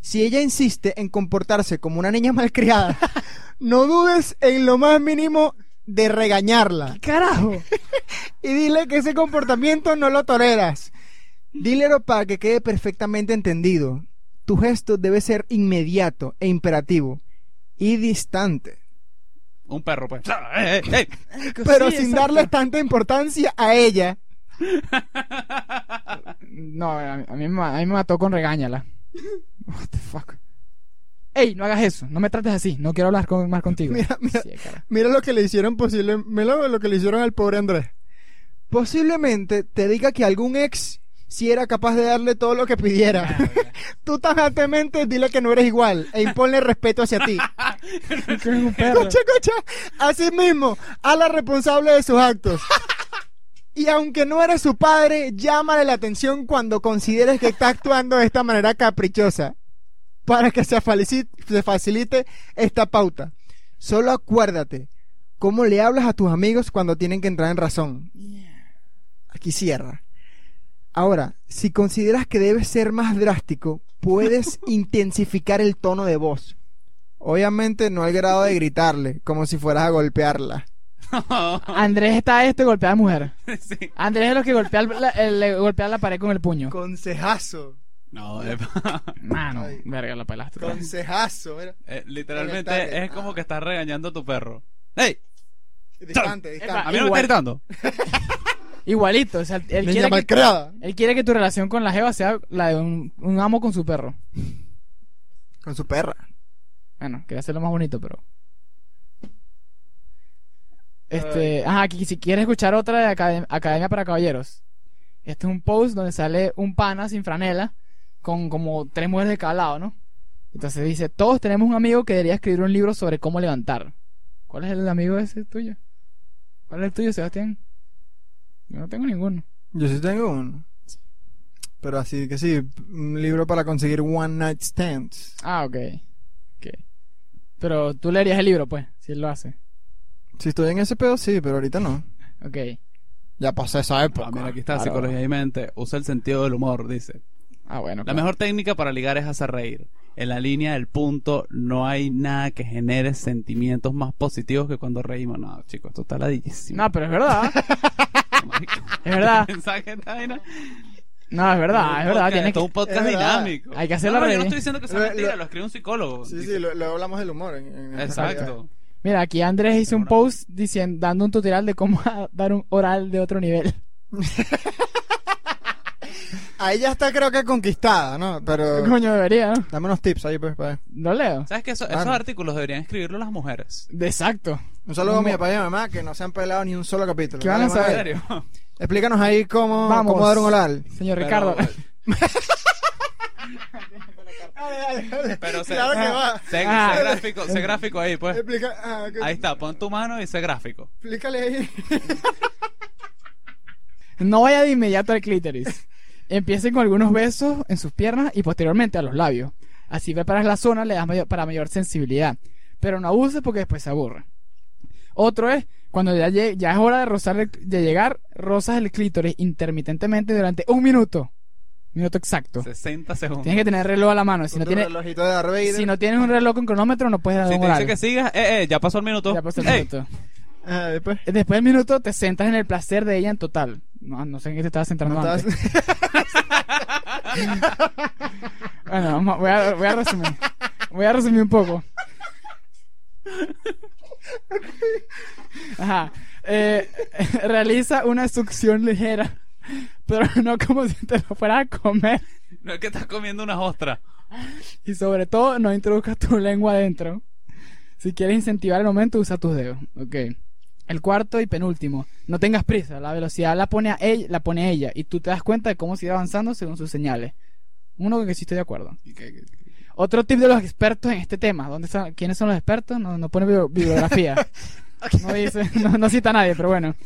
Si ella insiste en comportarse como una niña malcriada, no dudes en lo más mínimo de regañarla
Carajo.
y dile que ese comportamiento no lo toleras. Dílelo para que quede perfectamente entendido. Tu gesto debe ser inmediato e imperativo y distante,
Un perro, pues. ¡Eh, eh, eh!
pero
Sí,
sin
exacto.
darle tanta importancia a ella.
No, a mí, a mí me- a mí me mató con regáñala. What the fuck. Ey, no hagas eso. No me trates así. No quiero hablar con- más contigo.
Mira, mira.
Sí, cara.
Mira lo que le hicieron posible, mira lo- lo que le hicieron al pobre Andrés. Posiblemente te diga que algún ex si era capaz de darle todo lo que pidiera.
Ah,
Tú tan altamente dile que no eres igual e imponle respeto hacia ti.
Tú eres un perro.
Cocha, cocha. Así mismo, a la responsable de sus actos. Y aunque no eres su padre, llámale la atención cuando consideres que está actuando de esta manera caprichosa. Para que se falici- se facilite esta pauta. Solo acuérdate cómo le hablas a tus amigos cuando tienen que entrar en razón. Aquí cierra. Ahora, si consideras que debes ser más drástico, puedes intensificar el tono de voz. Obviamente no al grado de gritarle, como si fueras a golpearla.
Andrés está esto y golpea a la mujer.
Sí.
Andrés es lo que golpea, al- la, el- le golpea la pared con el puño.
Consejazo,
No, es-
Mano,
Ay.
verga, la pelaste.
consejazo, mira.
eh,
Oye, está
literalmente
bien.
es como que estás regañando a tu perro. ¡Ey!
Distante,
distante.
A
Epa.
mí no me
Igual.
está gritando.
Igualito, o sea, él quiere,
Niña
que,
malcriada.
él quiere que tu relación con la Jeva sea la de un, un amo con su perro.
Con su perra.
Bueno, quería hacerlo más bonito, pero. Este. Ajá, que si quieres escuchar otra de Academ- Academia para Caballeros. Este es un post donde sale un pana sin franela con como tres mujeres de cada lado, ¿no? Entonces dice: Todos tenemos un amigo que debería escribir un libro sobre cómo levantar. ¿Cuál es el amigo ese tuyo? ¿Cuál es el tuyo, Sebastián? Yo no tengo ninguno.
Yo sí tengo uno. Pero así que sí, un libro para conseguir one night stands.
Ah, ok. Ok. Pero tú leerías el libro, pues, si él lo hace.
Si estoy en ese pedo, sí, pero ahorita no.
Ok.
Ya pasé esa época.
Ah, mira, aquí está,
Claro.
psicología y mente. Usa el sentido del humor, dice.
Ah, bueno.
La
claro.
mejor técnica para ligar es hacer reír. En la línea del punto no hay nada que genere sentimientos más positivos que cuando reímos. No, chicos, esto está ladillísimo.
No, pero es verdad. Es verdad.
Pensaba que esta vaina-
No, es verdad, es verdad.
podcast,
Tienes
esto es un
que...
podcast
es verdad.
dinámico.
Hay que hacerlo
no, no, yo no
reír.
estoy diciendo que sea
Lo-
mentira,
lo-
lo escribe un psicólogo.
Sí, sí, lo- luego hablamos del humor. en- en- en-
Exacto.
Mira, aquí Andrés hizo un post diciendo, dando un tutorial de cómo dar un oral de otro nivel.
Ahí ya está, creo que conquistada, ¿no? Pero.
Coño, debería, ¿no?
Dame unos tips ahí, pues, para.
Lo leo.
¿Sabes que eso-
Claro.
esos artículos deberían escribirlo las mujeres?
Exacto.
Un saludo a mi papá y a mi mamá que no se han pelado ni un solo capítulo.
¿Qué van a
Dale,
saber?
¿En
Manuel,
serio?
Explícanos ahí cómo,
Vamos.
cómo dar un oral.
Señor
Pero-
Ricardo.
Pero sé,
Claro que va.
sé- sé
Ah.
gráfico, sé gráfico ahí, pues.
Explica- ah, que-
Ahí está, pon tu mano y sé gráfico.
Explícale ahí.
No vaya de inmediato al clítoris. Empiecen con algunos besos en sus piernas y posteriormente a los labios. Así preparas la zona, le das mayor- para mayor sensibilidad. Pero no abuses porque después se aburre. Otro es, cuando ya, lle- ya es hora de, rozar el- de llegar, rozas el clítoris intermitentemente durante un minuto. Minuto exacto.
60 segundos.
Tienes que tener reloj a la mano. Si no,
Tu
tienes,
relojito de Darth Vader.
si no tienes un reloj con cronómetro, no puedes dar
Si
un
te dice
horario.
que sigas, eh, eh, ya pasó el minuto.
Ya pasó el
Ey,
minuto.
Ajá, Ah, después.
Después del minuto te sentas en el placer de ella en total. No, no sé en qué te estabas sentando
No
antes.
estabas-
Bueno, vamos- voy a, voy a resumir. Voy a resumir un poco. Ajá. Eh, realiza una succión ligera, pero no como si te lo fueras a comer.
No es que estás comiendo unas ostras.
Y sobre todo, no introduzcas tu lengua adentro. Si quieres incentivar el momento, usa tus dedos. Ok. El cuarto y penúltimo. No tengas prisa. La velocidad la pone, a ella, la pone ella. Y tú te das cuenta de cómo sigue avanzando según sus señales. Uno que sí estoy de acuerdo. Otro tip de los expertos en este tema. ¿Dónde están, ¿Quiénes son los expertos? No, no pone bibli- bibliografía. No, dice, no, no cita a nadie, pero bueno.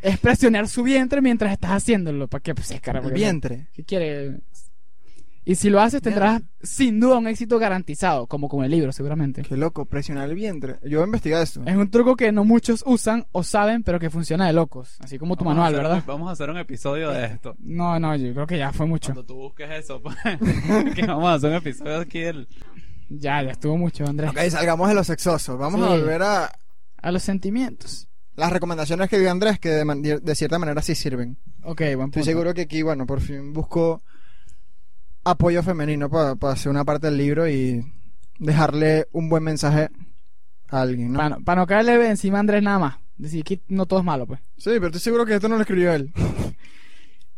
Es presionar su vientre mientras estás haciéndolo. ¿Para qué? Pues, sí,
El
carajo, que-
vientre.
¿Qué quiere? Y si lo haces tendrás sin duda un éxito garantizado, como con el libro seguramente.
Qué loco, presionar el vientre. Yo voy a investigar esto.
Es un truco que no muchos usan o saben, pero que funciona de locos, así como tu
Vamos a
manual,
hacer un-
¿verdad?
Vamos a hacer un episodio de esto.
No, no, yo creo que ya fue mucho.
Cuando tú busques eso, pues, que vamos a hacer un episodio aquí del...
Ya, ya estuvo mucho, Andrés.
Ok, salgamos de los sexosos. Vamos a
Sí.
volver a
A los sentimientos.
las recomendaciones que dio Andrés, que de, man- de cierta manera sí sirven.
Ok, buen punto.
Estoy seguro que aquí, bueno, por fin busco apoyo femenino para hacer una parte del libro y dejarle un buen mensaje a alguien, ¿no?
Para no, pa' no caerle encima a Andrés nada más. Decir que no todo es malo, pues.
Sí, pero estoy seguro que esto no lo escribió él.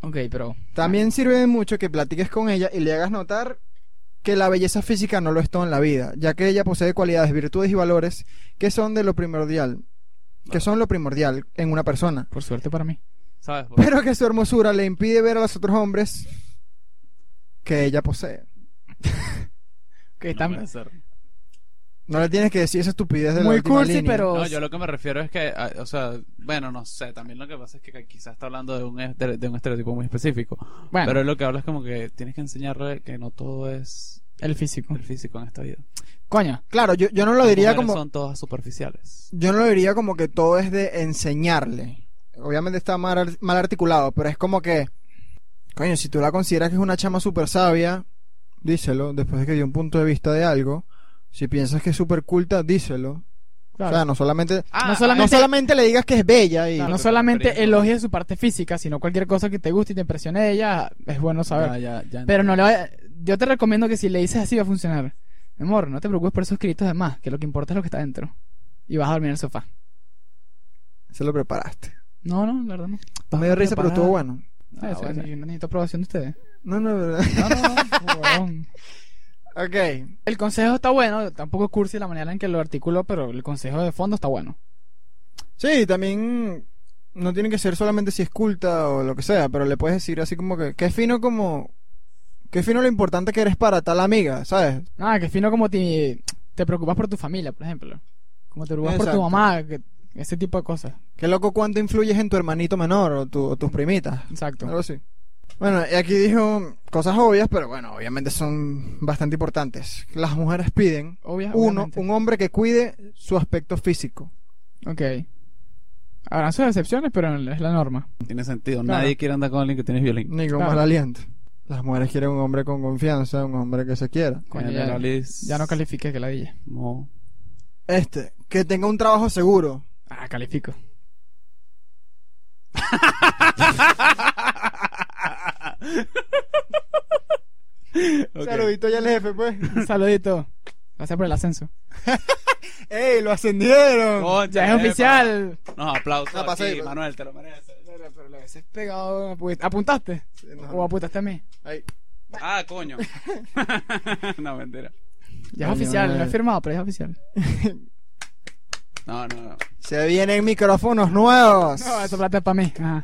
Ok, pero...
También sirve de mucho que platiques con ella y le hagas notar que la belleza física no lo es todo en la vida, ya que ella posee cualidades, virtudes y valores que son de lo primordial, que son lo primordial en una persona,
Por suerte para mí.
¿Sabes? Pues,
pero que su hermosura le impide ver a los otros hombres que ella posee.
Ok,
no pues.
está
puede ser.
No le tienes que decir esa estupidez de la
muy
última
cursi,
línea.
pero...
No, yo lo que me refiero es que, a- o sea, bueno, no sé, también lo que pasa es que quizás está hablando de un, estere- de un estereotipo muy específico,
Bueno,
pero lo que habla es como que tienes que enseñarle que no todo es
el físico.
el físico en esta vida.
Coño,
Claro, yo, yo no lo
Las
diría
mujeres
como
Son todas superficiales.
yo no lo diría como que todo es de enseñarle. Obviamente está mal, ar- mal articulado, pero es como que, coño, si tú la consideras que es una chama súper sabia, díselo, después de que dio un punto de vista de algo. Si piensas que es súper culta, díselo.
claro.
O sea, no solamente,
Ah,
No
no
solamente-
solamente le digas que es bella y...
Claro.
no
te
solamente
preferís, ¿no?
elogie su parte física, sino cualquier cosa que te guste y te impresione de ella, es bueno saber.
Ya, ya, ya.
Pero no le vaya- yo te recomiendo que si le dices así va a funcionar. Mi amor, no te preocupes por esos gritos de más, que lo que importa es lo que está dentro. Y vas a dormir en el sofá.
Se lo preparaste.
No, no, la verdad no.
Me dio risa, pero
preparada.
estuvo bueno.
Ah,
Eso,
bueno.
sí, yo no necesito aprobación de ustedes.
No, no, no.
No, no, no, huevón.
ok.
El consejo está bueno, tampoco cursi la manera en que lo articuló, pero el consejo de fondo está bueno.
Sí, también no tiene que ser solamente si es culta o lo que sea, pero le puedes decir así como que, qué fino como, qué fino lo importante que eres para tal amiga, ¿sabes?
Nada, que fino como te, te preocupas por tu familia, por ejemplo. Como te preocupas por tu
Exacto.
mamá, que- ese tipo de cosas.
Qué loco cuánto influyes en tu hermanito menor o, tu- o tus primitas,
Exacto.
algo así. Bueno, y aquí dijo cosas obvias, pero bueno, obviamente son bastante importantes. Las mujeres piden,
Obvia-
uno,
obviamente.
un hombre que cuide su aspecto físico.
Ok. Habrán sus excepciones, pero es la norma.
Tiene sentido.
Claro.
Nadie quiere andar con alguien que tiene violín.
Ni con
Claro.
mal aliento. Las mujeres quieren un hombre con confianza, un hombre que se quiera.
Coño,
Eh,
ya-
Lolis-
Ya no califique que la dije.
No.
Este, que tenga un trabajo seguro.
Ah, califico.
Ok.
Saludito ya al jefe, pues.
Un saludito. Gracias por el ascenso.
¡Ey, lo ascendieron!
Concha,
Ya es
epa.
oficial.
Nos aplausos
La pasé,
aquí,
pues.
Manuel, te lo mereces.
Pero la veces pegado. ¿Apuntaste?
No,
¿O apuntaste a mí?
Ay,
Ah, coño. no, mentira.
Ya
Coño,
es oficial, no
madre.
he firmado, pero ya es oficial.
No, no, no.
Se vienen micrófonos nuevos.
No, esa plata es para mí. Ajá.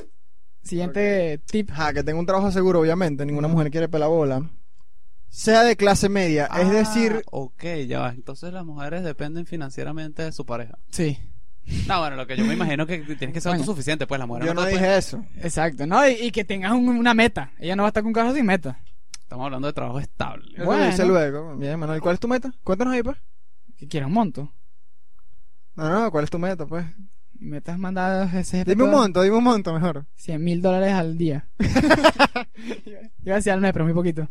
Siguiente tip.
Ajá, que tenga un trabajo seguro, obviamente. Ninguna mujer quiere pelabola. Sea de clase media, es
Ah,
decir,
Ok, ya va. Entonces las mujeres dependen financieramente de su pareja.
Sí.
No, bueno, lo que yo me imagino que tienes que ser
Coño.
autosuficiente, pues la mujer
yo no
te
dije
puede-
eso.
Exacto, ¿no? Y, y que tengas un- una meta. Ella no va a estar con carro sin meta.
Estamos hablando de trabajo estable.
Eso lo hice
Bueno.
luego. Bien, Manuel, ¿cuál es tu meta? Cuéntanos ahí, pues.
Que quieras un monto.
No, no, ¿cuál es tu meta, pues?
Y metas mandadas ese
Dime un monto, dime un monto mejor.
100 mil dólares al día. Iba a decir al mes, pero muy poquito.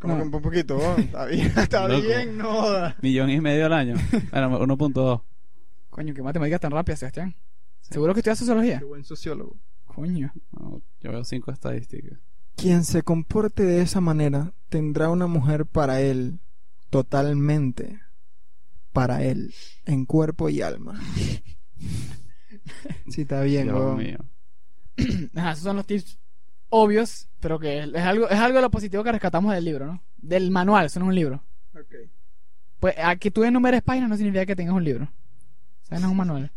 Como
No.
que un poquito, oh, está bien, está
Loco.
bien, no. joda.
Millón y medio al año. Bueno, 1.2.
Coño, qué matemáticas tan rápidas, Sebastián. ¿Seguro que estudias sociología?
Qué buen sociólogo.
Coño.
No, yo veo cinco estadísticas.
Quien se comporte de esa manera tendrá una mujer para él, totalmente para él, en cuerpo y alma. sí, está bien,
Dios
huevón.
mío.
Ajá, Ah, esos son los tips obvios, pero que es algo, es algo de lo positivo que rescatamos del libro, ¿no? Del manual, eso no es un libro. Pues a que tú enumeres páginas no significa que tengas un libro. O sea, no es un manual.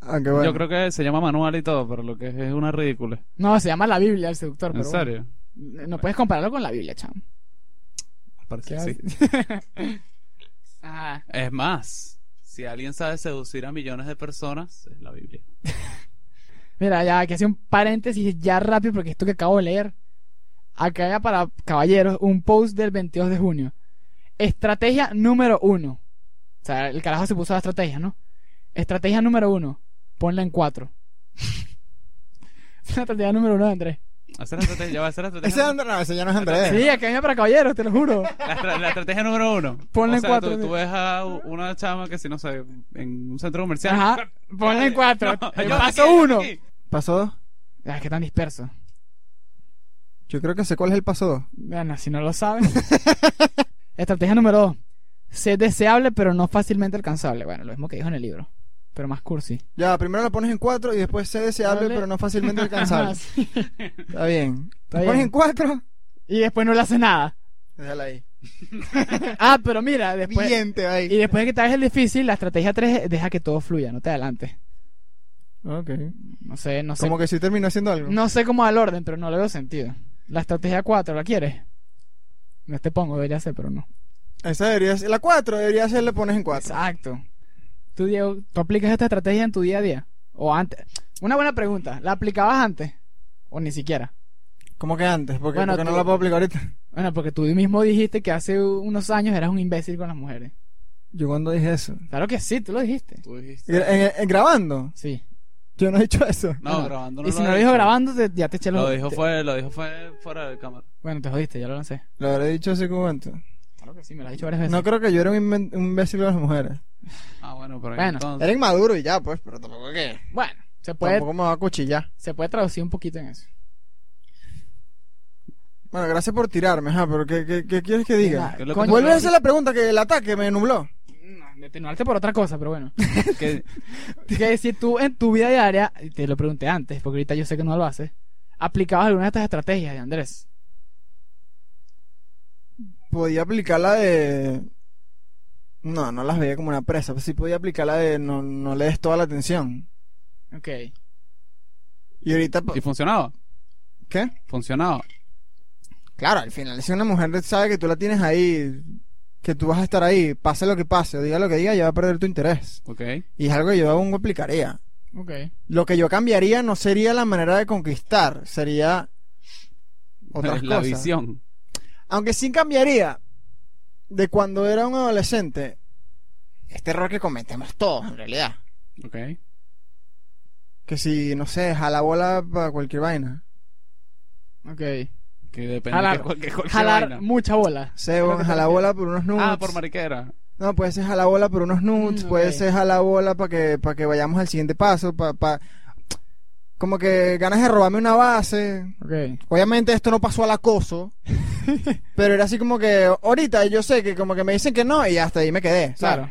Aunque Ah, bueno,
Yo creo que se llama manual y todo, pero lo que es es una ridícula.
No, se llama la Biblia el seductor,
¿En
pero bueno,
serio?
no puedes compararlo con la Biblia, chamo.
Al parecer
¿Qué
sí.
haces? Ajá.
Es más, si alguien sabe seducir a millones de personas, es la Biblia.
Mira, ya que hace un paréntesis ya rápido porque esto que acabo de leer. Acá ya para caballeros, un post del 22 de junio. Estrategia número uno. O sea, el carajo se puso la estrategia, ¿no? Estrategia número uno. Ponla en cuatro. Es la estrategia número uno de Andrés.
Esa es la estrategia, ya va, esa es
ese,
la
es
estrategia.
Andrés- no, ese ya no es
Eh.
Andrés.
Sí, academia para caballeros, te lo juro.
La, estra- la estrategia número uno.
Ponle
o sea,
cuatro,
Tú,
sí.
tú ves a u- una chama que si no sé, en un centro comercial.
Ajá. Ponla en cuatro.
No,
el
yo
paso
aquí, yo
uno.
aquí.
¿Paso 2?
Ay, que tan disperso.
Yo creo que sé cuál es el paso 2.
Bueno, si no lo sabes. Estrategia número dos. Sé deseable, pero no fácilmente alcanzable. Bueno, lo mismo que dijo en el libro. Pero más cursi.
Ya, primero la pones en 4 y después sé deseable,
Dale.
pero no fácilmente
Ajá,
alcanzable.
sí.
Está bien.
Está
La pones
bien.
en 4,
Y después no le hace nada.
déjala ahí.
Ah, pero mira, después.
Bien, te va
Y
ahí.
después de que te hagas el difícil, la estrategia 3 deja que todo fluya, no te adelantes.
Ok.
No sé, no sé.
Como que sí terminó haciendo algo.
No sé cómo va el orden, pero no le veo sentido. La estrategia 4, ¿la quieres? No te pongo, ya sé, pero no.
Esa debería ser. La 4 debería ser le pones en 4.
Exacto. Tú, Diego, ¿tú aplicas esta estrategia en tu día a día? O antes. Una buena pregunta. ¿La aplicabas antes? O ni siquiera.
Como que antes, porque,
Bueno,
porque no
tú-
la puedo aplicar ahorita.
Bueno, porque tú mismo dijiste que hace unos años eras un imbécil con las mujeres.
Yo cuando dije eso.
Claro que sí, tú lo dijiste.
Tú dijiste.
Gra- en- en- grabando.
Sí.
Yo no he dicho eso.
No, grabando no
y si no
ha
lo dijo
dicho.
grabando, te- ya te eché los
Lo dijo
te-
fue, lo dijo fue fuera de cámara.
Bueno, te jodiste, ya lo lancé.
Lo habré dicho hace como cuánto.
Claro que sí, me lo has dicho varias veces.
No creo que yo era un, inven- un imbécil de las mujeres.
Ah, bueno, pero
Bueno.
entonces.
Era inmaduro y ya, pues, pero tampoco que. Pues-
Bueno, se puede,
Tampoco me va a cuchillar.
se puede traducir un poquito en eso.
Bueno, gracias por tirarme, ajá, pero ¿qué, qué, qué quieres que diga?
¿Qué es lo que
Coño,
Vuelve a hacer la pregunta que el ataque me nubló.
no, detenuarte por otra cosa, pero bueno.
que-
que si tú en tu vida diaria, y te lo pregunté antes, porque ahorita yo sé que no lo haces, aplicabas alguna de estas estrategias de Andrés.
podía aplicar la de. No, no las veía como una presa, pero sí podía aplicar la de no, no le des toda la atención.
Ok.
Y ahorita. pues, po-
y funcionaba.
¿Qué?
Funcionaba.
Claro, al final, si una mujer sabe que tú la tienes ahí, que tú vas a estar ahí, pase lo que pase, o diga lo que diga, ya va a perder tu interés.
Ok.
Y es algo que yo aún aplicaría.
Ok.
Lo que yo cambiaría no sería la manera de conquistar, sería. Otras
la
cosas.
visión.
Aunque sí cambiaría de cuando era un adolescente. Este error que cometemos todos, en realidad.
Ok.
Que si, no sé, jala bola para cualquier vaina.
Ok.
Que depende
Jalar,
de cualquier, cualquier
jalar
vaina.
mucha bola.
Se jala bola por unos nudes.
Ah, por mariquera.
No, puede ser jala bola por unos nudes,
Mm,
puede
ok.
ser jala bola para que, para que vayamos al siguiente paso, para... Como que ganas de robarme una base.
Ok.
Obviamente esto no pasó al acoso, pero era así como que ahorita yo sé que como que me dicen que no y hasta ahí me quedé. ¿sabes?
Claro.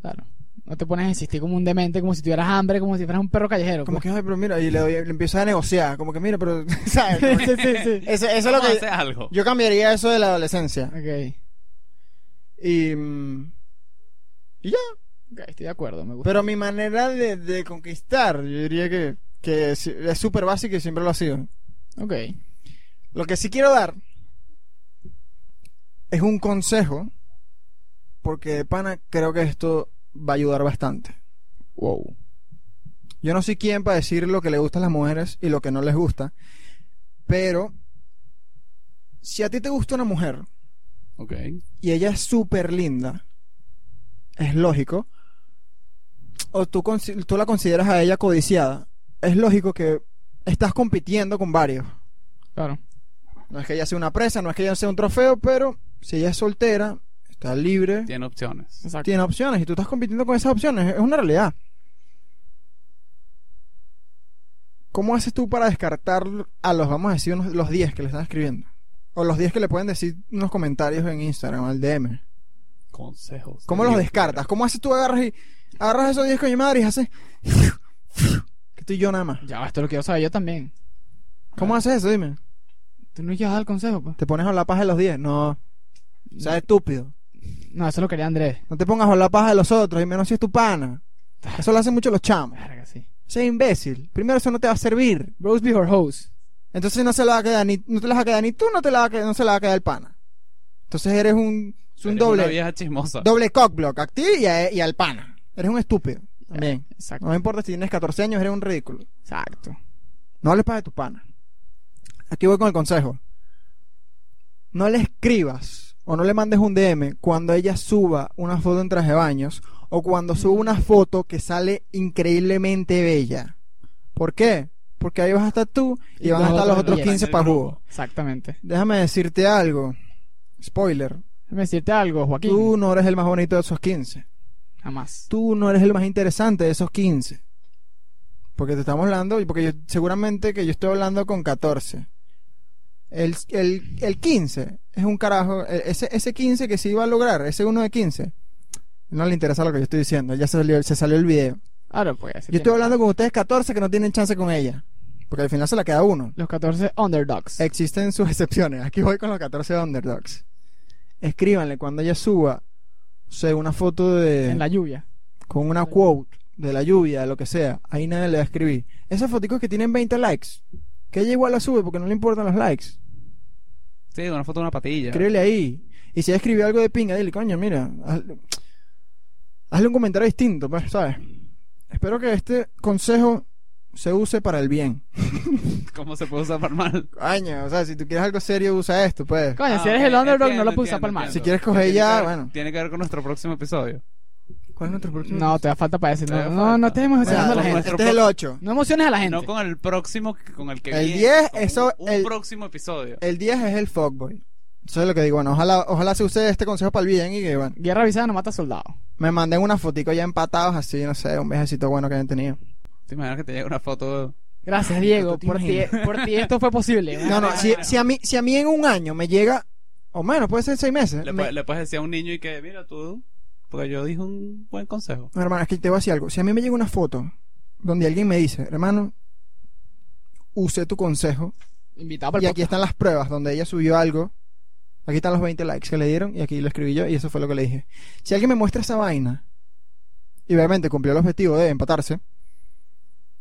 Claro. No te pones a insistir como un demente, como si tuvieras hambre, como si fueras un perro callejero.
Como
pues.
que, ay, pero mira, y le, doy, le empiezo a negociar, como que mira, pero... ¿sabes? Como que-
sí, sí, sí.
Ese- eso es lo
Vamos a
que...
hacer algo.
Yo cambiaría eso de la adolescencia.
Ok.
Y... mm, Y ya.
Ok, estoy de acuerdo, me gusta.
Pero mi manera de, de conquistar, yo diría que, que es es súper básica y siempre lo ha sido.
Ok.
Lo que sí quiero dar es un consejo, porque de pana creo que esto va a ayudar bastante.
Wow.
Yo no soy quien para decir lo que le gusta a las mujeres y lo que no les gusta, pero si a ti te gusta una mujer
Ok.
y ella es súper linda, es lógico. O tú, consi- tú la consideras a ella codiciada, es lógico que estás compitiendo con varios.
Claro.
No es que ella sea una presa, no es que ella sea un trofeo, pero si ella es soltera, está libre,
Tiene opciones.
Exacto.
tiene opciones y tú estás compitiendo con esas opciones, es una realidad. ¿Cómo haces tú para descartar a los, vamos a decir, unos- los 10 que le están escribiendo? O los 10 que le pueden decir unos comentarios en Instagram, al DM.
Consejos.
¿Cómo los descartas? ¿Cómo haces tú agarras y agarras esos 10 coño madre y haces que estoy yo nada más?
Ya, va, esto lo quiero saber yo también.
¿Cómo haces eso? Dime.
¿Tú no quieres dar el consejo, pues?
¿Te pones a la paja de los 10? No. O sea, estúpido.
No, eso lo quería Andrés.
No te pongas a la paja de los otros y menos si es tu pana. Eso lo hacen mucho los chamos.
Verga, sí.
Sé imbécil. Primero eso no te va a servir.
Bros before hoes.
Entonces no se la va a quedar ni no te la vas a quedar ni tú, no te la va a quedar, no se la va a quedar el pana. Entonces eres un es un
Eres una
doble
vieja chismosa.
doble cockblock a ti y, a- y al pana. Eres un estúpido. También.
Exacto.
No me importa si tienes 14 años, eres un ridículo.
Exacto.
No hables para de tu pana. Aquí voy con el consejo. No le escribas o no le mandes un DM cuando ella suba una foto en traje de baños o cuando suba una foto que sale increíblemente bella. ¿Por qué? Porque ahí vas a estar tú y,
Y
van a
los
estar los
otros
otros
diez.
15 para jugo.
Exactamente.
Déjame decirte algo. Spoiler.
Déjame decirte algo, Joaquín.
Tú no eres el más bonito de esos 15.
Jamás.
Tú no eres el más interesante de esos 15. Porque te estamos hablando, y porque yo, seguramente que yo estoy hablando con 14. El, el, el 15 es un carajo. e- Ese, ese 15 que se iba a lograr, ese uno de 15. No le interesa lo que yo estoy diciendo, ya se salió, se salió el video.
Ahora pues. ese
Yo estoy
tiene-
hablando con ustedes 14 que no tienen chance con ella. Porque al final se la queda uno.
Los 14 underdogs.
Existen sus excepciones. Aquí voy con los 14 underdogs. Escríbanle cuando ella suba, o sea, una foto de
en la lluvia.
con una quote de la lluvia, de lo que sea, ahí nadie le va a escribir. Esas foticos que tienen 20 likes, que ella igual la sube porque no le importan los likes.
Sí, una foto de una patilla.
Escríbele ahí. Y si ella escribió algo de pinga, dile, coño, mira, hazle, hazle un comentario distinto, pues, ¿sabes? Espero que este consejo se use para el bien.
¿Cómo se puede usar para mal?
Coño, o sea, si tú quieres algo serio, usa esto, pues.
Coño,
Ah,
si eres
ok,
el underdog,
entiendo,
no lo puedes usar para el
entiendo,
mal.
Si
entiendo.
quieres coger
Tiene que
ya,
ver-
bueno.
Tiene que ver con nuestro próximo episodio.
¿Cuál es nuestro próximo?
No, te da falta para decir.
Te
No,
da
no,
falta.
no estés
o sea,
emocionando a la
con
gente.
nuestro
este es el
pro-
8.
No emociones a la gente.
No con el próximo, que- con el que
El
viene.
10,
con
eso-
Un, un
el-
próximo episodio.
El 10 es el fuckboy. Eso es lo que digo. Bueno, ojalá, ojalá se use este consejo para el bien y que, bueno,
Guerra avisada no mata soldado.
me manden una fotico ya empatados así, no sé, un viajecito bueno que hayan tenido.
¿Te imaginas que te llega una foto?
Gracias,
Marico,
Diego.
¿tú te
Por ti,
imaginas?
por ti esto fue posible.
No, no,
Bueno,
si,
bueno.
si, a mí, si a mí en un año me llega, o menos, puede ser seis meses.
Le,
me-
puedes- le puedes decir a un niño y que, mira tú, porque yo dije un buen consejo.
No, hermano, es que te voy a decir algo. Si a mí me llega una foto donde alguien me dice, hermano, usé tu consejo,
Invitado para
y
el
aquí están las pruebas donde ella subió algo. Aquí están los 20 likes que le dieron y aquí lo escribí yo y eso fue lo que le dije. Si alguien me muestra esa vaina y obviamente cumplió el objetivo de empatarse,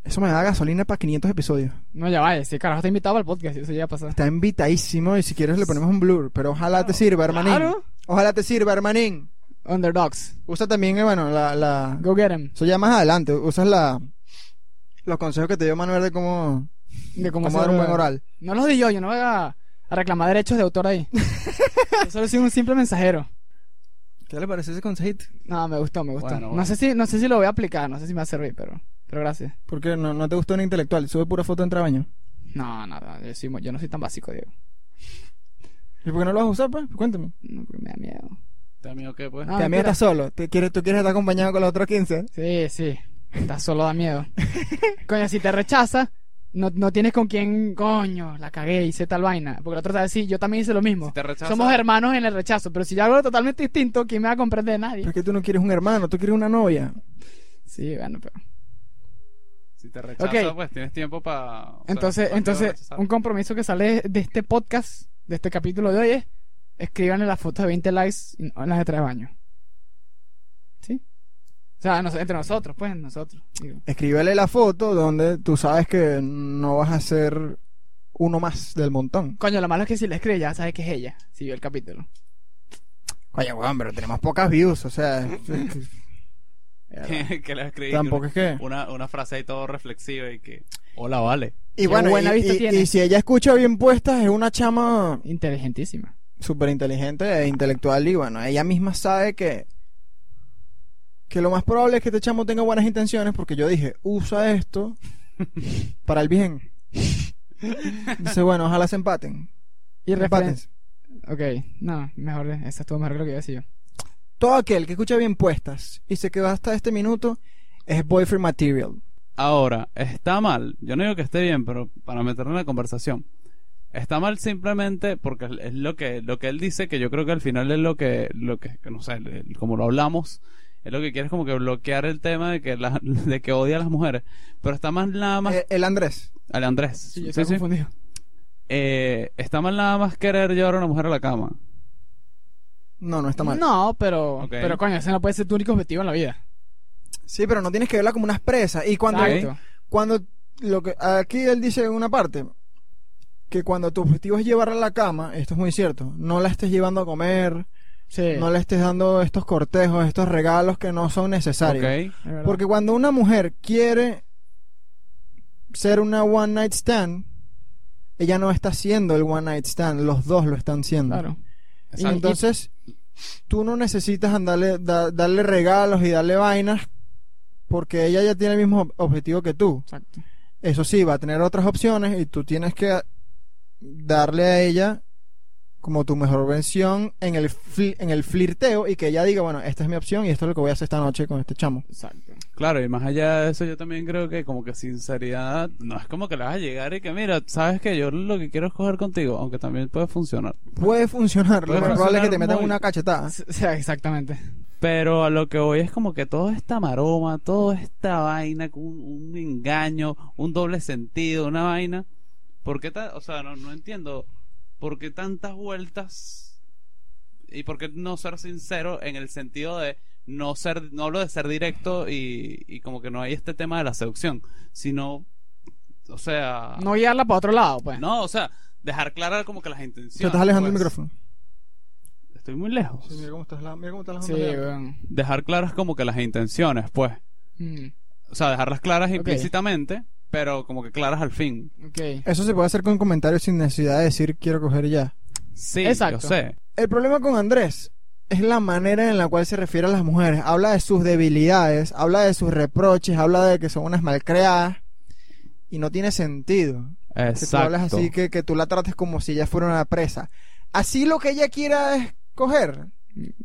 eso me da gasolina para 500 episodios.
No, ya vaya, si el carajo está invitado al podcast, eso ya pasa.
Está invitadísimo y si quieres le ponemos un blur, pero ojalá te sirva, hermanín.
Claro.
Ojalá te sirva, hermanín.
Underdogs.
Usa también, eh, bueno, la, la...
Go get him.
Eso ya más adelante. Usas la... Los consejos que te dio Manuel de cómo,
De
cómo
cómo, hacer-
dar un buen oral.
No los di yo, yo no voy a, a reclamar derechos de autor ahí. yo solo soy un simple mensajero.
¿Qué le parece ese consejito?
No, me gustó, me gustó.
Bueno,
No,
bueno.
sé si, no sé si lo voy a aplicar, no sé si me va a servir, pero, pero gracias.
Porque no, no te gustó un intelectual, sube pura foto en trabaño.
No, no, no, yo, soy muy- yo no soy tan básico, Diego.
¿Y por qué no lo vas a usar, pues? Cuéntame.
No, porque me da miedo.
¿Te da miedo qué, pues?
Ah,
Te da miedo
mentira.
estar solo. ¿Te quieres, ¿Tú quieres estar acompañado con los otros 15?
Sí, sí. Estás solo da miedo. coño, si te rechaza, no, no tienes con quién, coño, la cagué, hice tal vaina. Porque el otro te va a decir, yo también hice lo mismo.
Si te rechaza-
Somos hermanos en el rechazo, pero si yo hago algo totalmente distinto, ¿quién me va a comprender?
Pero
Nadie.
es que tú no quieres un hermano, tú quieres una novia.
Sí, bueno, pero...
Si te rechaza,
Ok.
pues tienes tiempo para...
Entonces, entonces un compromiso que sale de este podcast, de este capítulo de hoy es, escríbanle las fotos de 20 likes y no las de tres baños. ¿Sí? O sea, nos- entre nosotros, pues, nosotros. digo.
Escríbele la foto donde tú sabes que no vas a ser uno más del montón.
Coño, lo malo es que si le escribe ya sabe que es ella, si vio el capítulo.
Oye, weón, pero tenemos pocas views, o sea... este,
que le escribí
tampoco es que...
una, una frase ahí todo reflexiva y que... Hola, vale.
Y bueno,
buena
y,
vista
y-
tiene.
y si ella escucha bien puestas, es una chama
Inteligentísima.
súper inteligente e intelectual y bueno, ella misma sabe que que lo más probable es que este chamo tenga buenas intenciones porque yo dije, usa esto para el bien. Dice, bueno, ojalá se empaten.
Y referencia.
Empátense.
Ok, no, mejor, esa estuvo mejor que lo que iba a decir yo.
Todo aquel que escucha bien puestas y se quedó hasta este minuto es boyfriend material.
Ahora, está mal, yo no digo que esté bien, pero para meterlo en la conversación, está mal simplemente porque es- es lo que, lo que él dice, que yo creo que al final es lo que, lo que, que no sé, el- como lo hablamos, es lo que quiere es como que bloquear el tema de que, la- de que odia a las mujeres, pero está mal nada más
Eh, el Andrés.
al Andrés.
Sí, yo
Sí,
estaba
sí.
confundido.
Eh, está mal nada más querer llevar a una mujer a la cama.
No, no está mal.
No, pero,
Ok.
pero coño, ese no puede ser tu único objetivo en la vida.
Sí, pero no tienes que verla como unas presas. Y cuando,
Exacto.
cuando lo que aquí él dice en una parte que cuando tu objetivo es llevarla a la cama, esto es muy cierto, no la estés llevando a comer,
Sí.
no le estés dando estos cortejos, estos regalos que no son necesarios.
Ok.
es verdad.
Porque cuando una mujer quiere ser una one night stand, ella no está siendo el one night stand, los dos lo están siendo.
Claro.
Y
Exacto.
entonces, tú no necesitas andarle, da- darle regalos y darle vainas porque ella ya tiene el mismo ob- objetivo que tú.
Exacto.
Eso sí, va a tener otras opciones y tú tienes que darle a ella como tu mejor versión en el, fli- en el flirteo y que ella diga, bueno, esta es mi opción y esto es lo que voy a hacer esta noche con este chamo.
Exacto.
Claro, y más allá de eso, yo también creo que como que sinceridad, no es como que le vas a llegar y que mira, sabes que yo lo que quiero es coger contigo, aunque también puede funcionar.
Puede funcionar,
Puede
lo más probable es que te
funcionar
metan
muy-
una cachetada.
O sea, exactamente.
Pero a lo que voy es como que toda esta maroma, toda esta vaina, un, un engaño, un doble sentido, una vaina. ¿Por qué ta- o sea, no, no entiendo por qué tantas vueltas y por qué no ser sincero en el sentido de no ser, no hablo de ser directo y, y como que no hay este tema de la seducción, sino, o sea,
No guiarla para otro lado, pues.
no, o sea, dejar clara como que las intenciones.
Te estás alejando el
pues.
micrófono.
Estoy muy lejos.
ah, mira cómo estás, la, mira cómo estás
Sí, weón.
Dejar claras como que las intenciones, pues.
Mm,
O sea, dejarlas claras implícitamente, pero como que claras al fin.
ok.
Eso se puede hacer con comentarios sin necesidad de decir quiero coger ya.
Sí,
Exacto.
yo sé.
El problema con Andrés es la manera en la cual se refiere a las mujeres. Habla de sus debilidades, habla de sus reproches, habla de que son unas malcreadas. Y no tiene sentido. Que tú
Exacto.
hablas así, que, que tú la trates como si ella fuera una presa. Así lo que ella quiera es coger.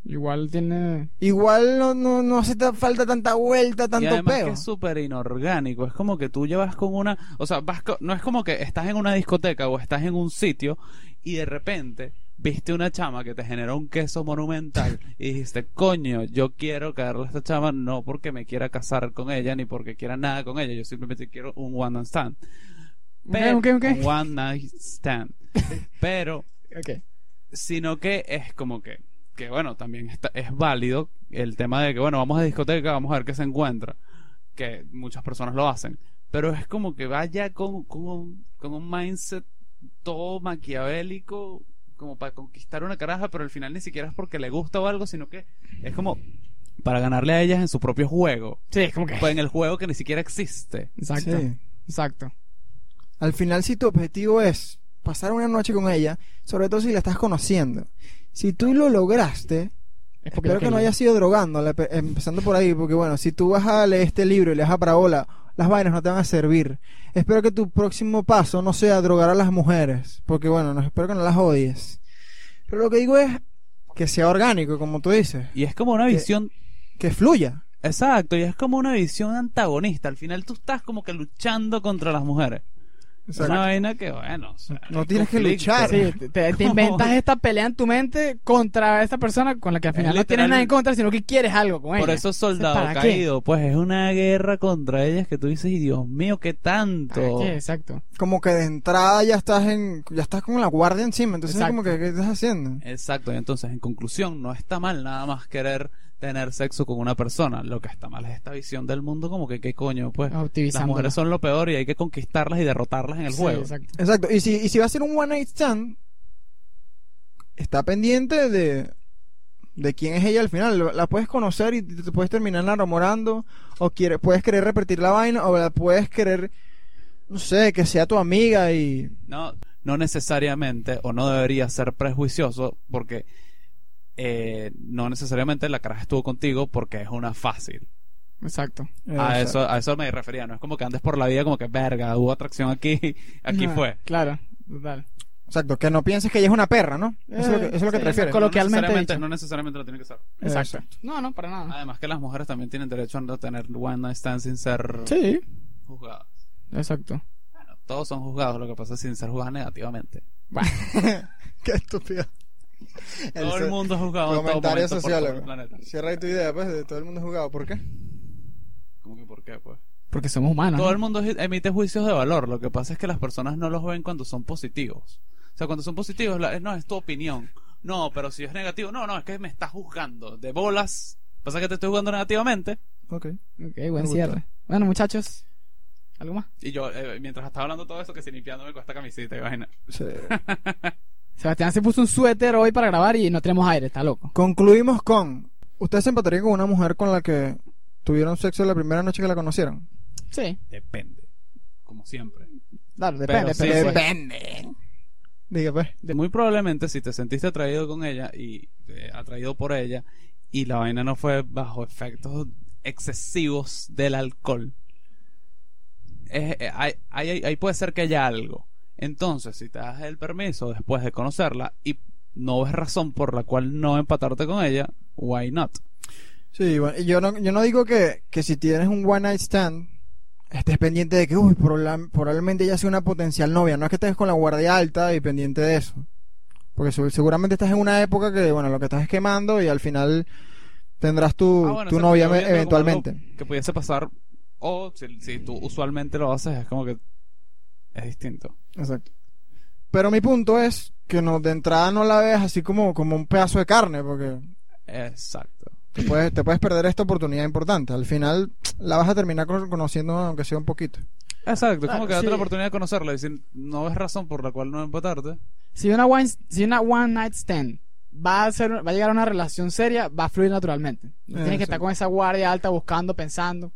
Igual tiene.
Igual no, no, no hace ta- falta tanta vuelta,
y
tanto
además
peo.
que es súper inorgánico. Es como que tú llevas con una... O sea, vas co- no es como que estás en una discoteca o estás en un sitio y de repente viste una chama que te generó un queso monumental y dijiste, coño, yo quiero caerle a esta chama no porque me quiera casar con ella ni porque quiera nada con ella. Yo simplemente quiero un one night stand. Pero,
Ok, ok, ok.
un One night stand. Pero...
Ok.
sino que es como que, que bueno, también está, es válido el tema de que, bueno, vamos a discoteca, vamos a ver qué se encuentra, que muchas personas lo hacen, pero es como que vaya con, con, un- con un mindset todo maquiavélico, como para conquistar una caraja, pero al final ni siquiera es porque le gusta o algo, sino que es como para ganarle a ellas en su propio juego,
Sí, es como que.
pues en el juego que ni siquiera existe.
Exacto.
Sí.
Exacto.
Al final, si tu objetivo es pasar una noche con ella, sobre todo si la estás conociendo, si tú lo lograste,
Es porque
espero
lo
que no
quería.
hayas sido drogándola, pe- empezando por ahí, porque bueno, si tú vas a leer este libro y le das a parabola, las vainas no te van a servir. Espero que tu próximo paso no sea drogar a las mujeres, porque bueno, no, espero que no las odies. Pero lo que digo es que sea orgánico, como tú dices,
Y es como una
Que-
visión
que fluya.
Exacto, y es como una visión antagonista. Al final tú estás como que luchando contra las mujeres. Es una vaina que, bueno. o sea,
No
hay
tienes que
conflicto.
luchar.
Sí, te- te, te inventas esta pelea en tu mente contra esta persona con la que al
Es
final no
literal-
tienes nada en contra, sino que quieres algo con ella.
Por eso
¿Para
soldado
qué?
caído, pues es una guerra contra ellas que tú dices, y Dios mío, qué
¿Para
tanto.
Ah, qué? Exacto.
Como que de entrada ya estás en, ya estás con la guardia encima, entonces es como que,
Exacto.
¿qué estás haciendo?
Exacto, y entonces en conclusión, no está mal nada más querer tener sexo con una persona. Lo que está mal es esta visión del mundo como que qué coño, pues. Las
Optimizando.
mujeres son lo peor y hay que conquistarlas y derrotarlas en el juego.
Exacto.
Exacto. Y si, y si va a ser un one night stand, está pendiente de, de quién es ella al final. La puedes conocer y te te puedes terminar enamorando. O quiere, puedes querer repetir la vaina. O la puedes querer, no sé, que sea tu amiga y.
No, no necesariamente o no debería ser prejuicioso porque eh, no necesariamente la caraja estuvo contigo porque es una fácil.
Exacto.
Ah,
A eso, a eso me refería. No es como que andes por la vida como que verga, hubo atracción aquí, aquí
Ajá,
fue.
Claro. Ah, Total.
Exacto, que no pienses que ella es una perra, ¿no? Eso es lo que, eso es lo que
Eh,
te refieres.
con lo- Coloquialmente
no necesariamente,
dicho.
no
Ah.
necesariamente lo tiene que ser.
Exacto. No, no, para nada.
Además que las mujeres también tienen derecho a no tener one night stand sin ser
Sí,
juzgadas.
exacto.
Bueno, todos son juzgados, lo que pasa es sin ser juzgadas negativamente.
Qué estúpido.
todo
El
el
so-
mundo es juzgado en todo
Comentario
momento por todo
sociólogo.
el planeta.
Cierra ahí tu idea, pues, de todo el mundo jugado. ¿Por qué?
¿Cómo que por qué, pues?
Porque somos humanos.
Todo
¿no?
el mundo ju- emite juicios de valor, lo que pasa es que las personas no los ven cuando son positivos. O sea, cuando son positivos, la- no, es tu opinión. No, pero si es negativo, no, no, es que me estás juzgando de bolas. Pasa que te estoy jugando negativamente.
Ok.
Ok,
Me
buen
gustó.
cierre. Bueno, muchachos, ¿algo más?
Y yo, eh, mientras estaba hablando todo eso, que si limpiándome con esta camiseta, imagina.
Sebastián se puso un suéter hoy para grabar y no tenemos aire, está loco.
Concluimos con... ¿Ustedes se empatarían con una mujer con la que tuvieron sexo la primera noche que la conocieron?
Sí,
Depende. Como siempre.
claro, depende.
sí,
pero-
pues.
Depende. Diga, pues.
De- Muy probablemente si te sentiste atraído con ella y eh, atraído por ella y la vaina no fue bajo efectos excesivos del alcohol. es- eh, ahí, ahí- ahí puede ser que haya algo. Entonces, si te das el permiso después de conocerla y no ves razón por la cual no empatarte con ella, why not?
Sí, bueno, y yo no, yo no digo que, que si tienes un one night stand, estés pendiente de que, uy, proba- probablemente ella sea una potencial novia. No es que estés con la guardia alta y pendiente de eso. Porque su- seguramente estás en una época que, bueno, lo que estás es quemando y al final tendrás tu,
Ah, bueno,
tu
o sea,
novia
yo
me-
viendo como
eventualmente.
algo Que pudiese pasar, o si, si tú usualmente lo haces, es como que es distinto.
Exacto. Pero mi punto es que no, de entrada no la ves así como, como un pedazo de carne, porque
Exacto.
te puedes, te puedes perder esta oportunidad importante. Al final la vas a terminar cono- conociendo aunque sea un poquito.
Exacto, es como
Ah,
que date
sí.
la oportunidad de conocerla y si no ves razón por la cual no empatarte.
Si una one, si una one night stand va a ser, va a llegar a una relación seria, va a fluir naturalmente. No
Eh,
tienes que estar
sí.
con esa guardia alta buscando, pensando.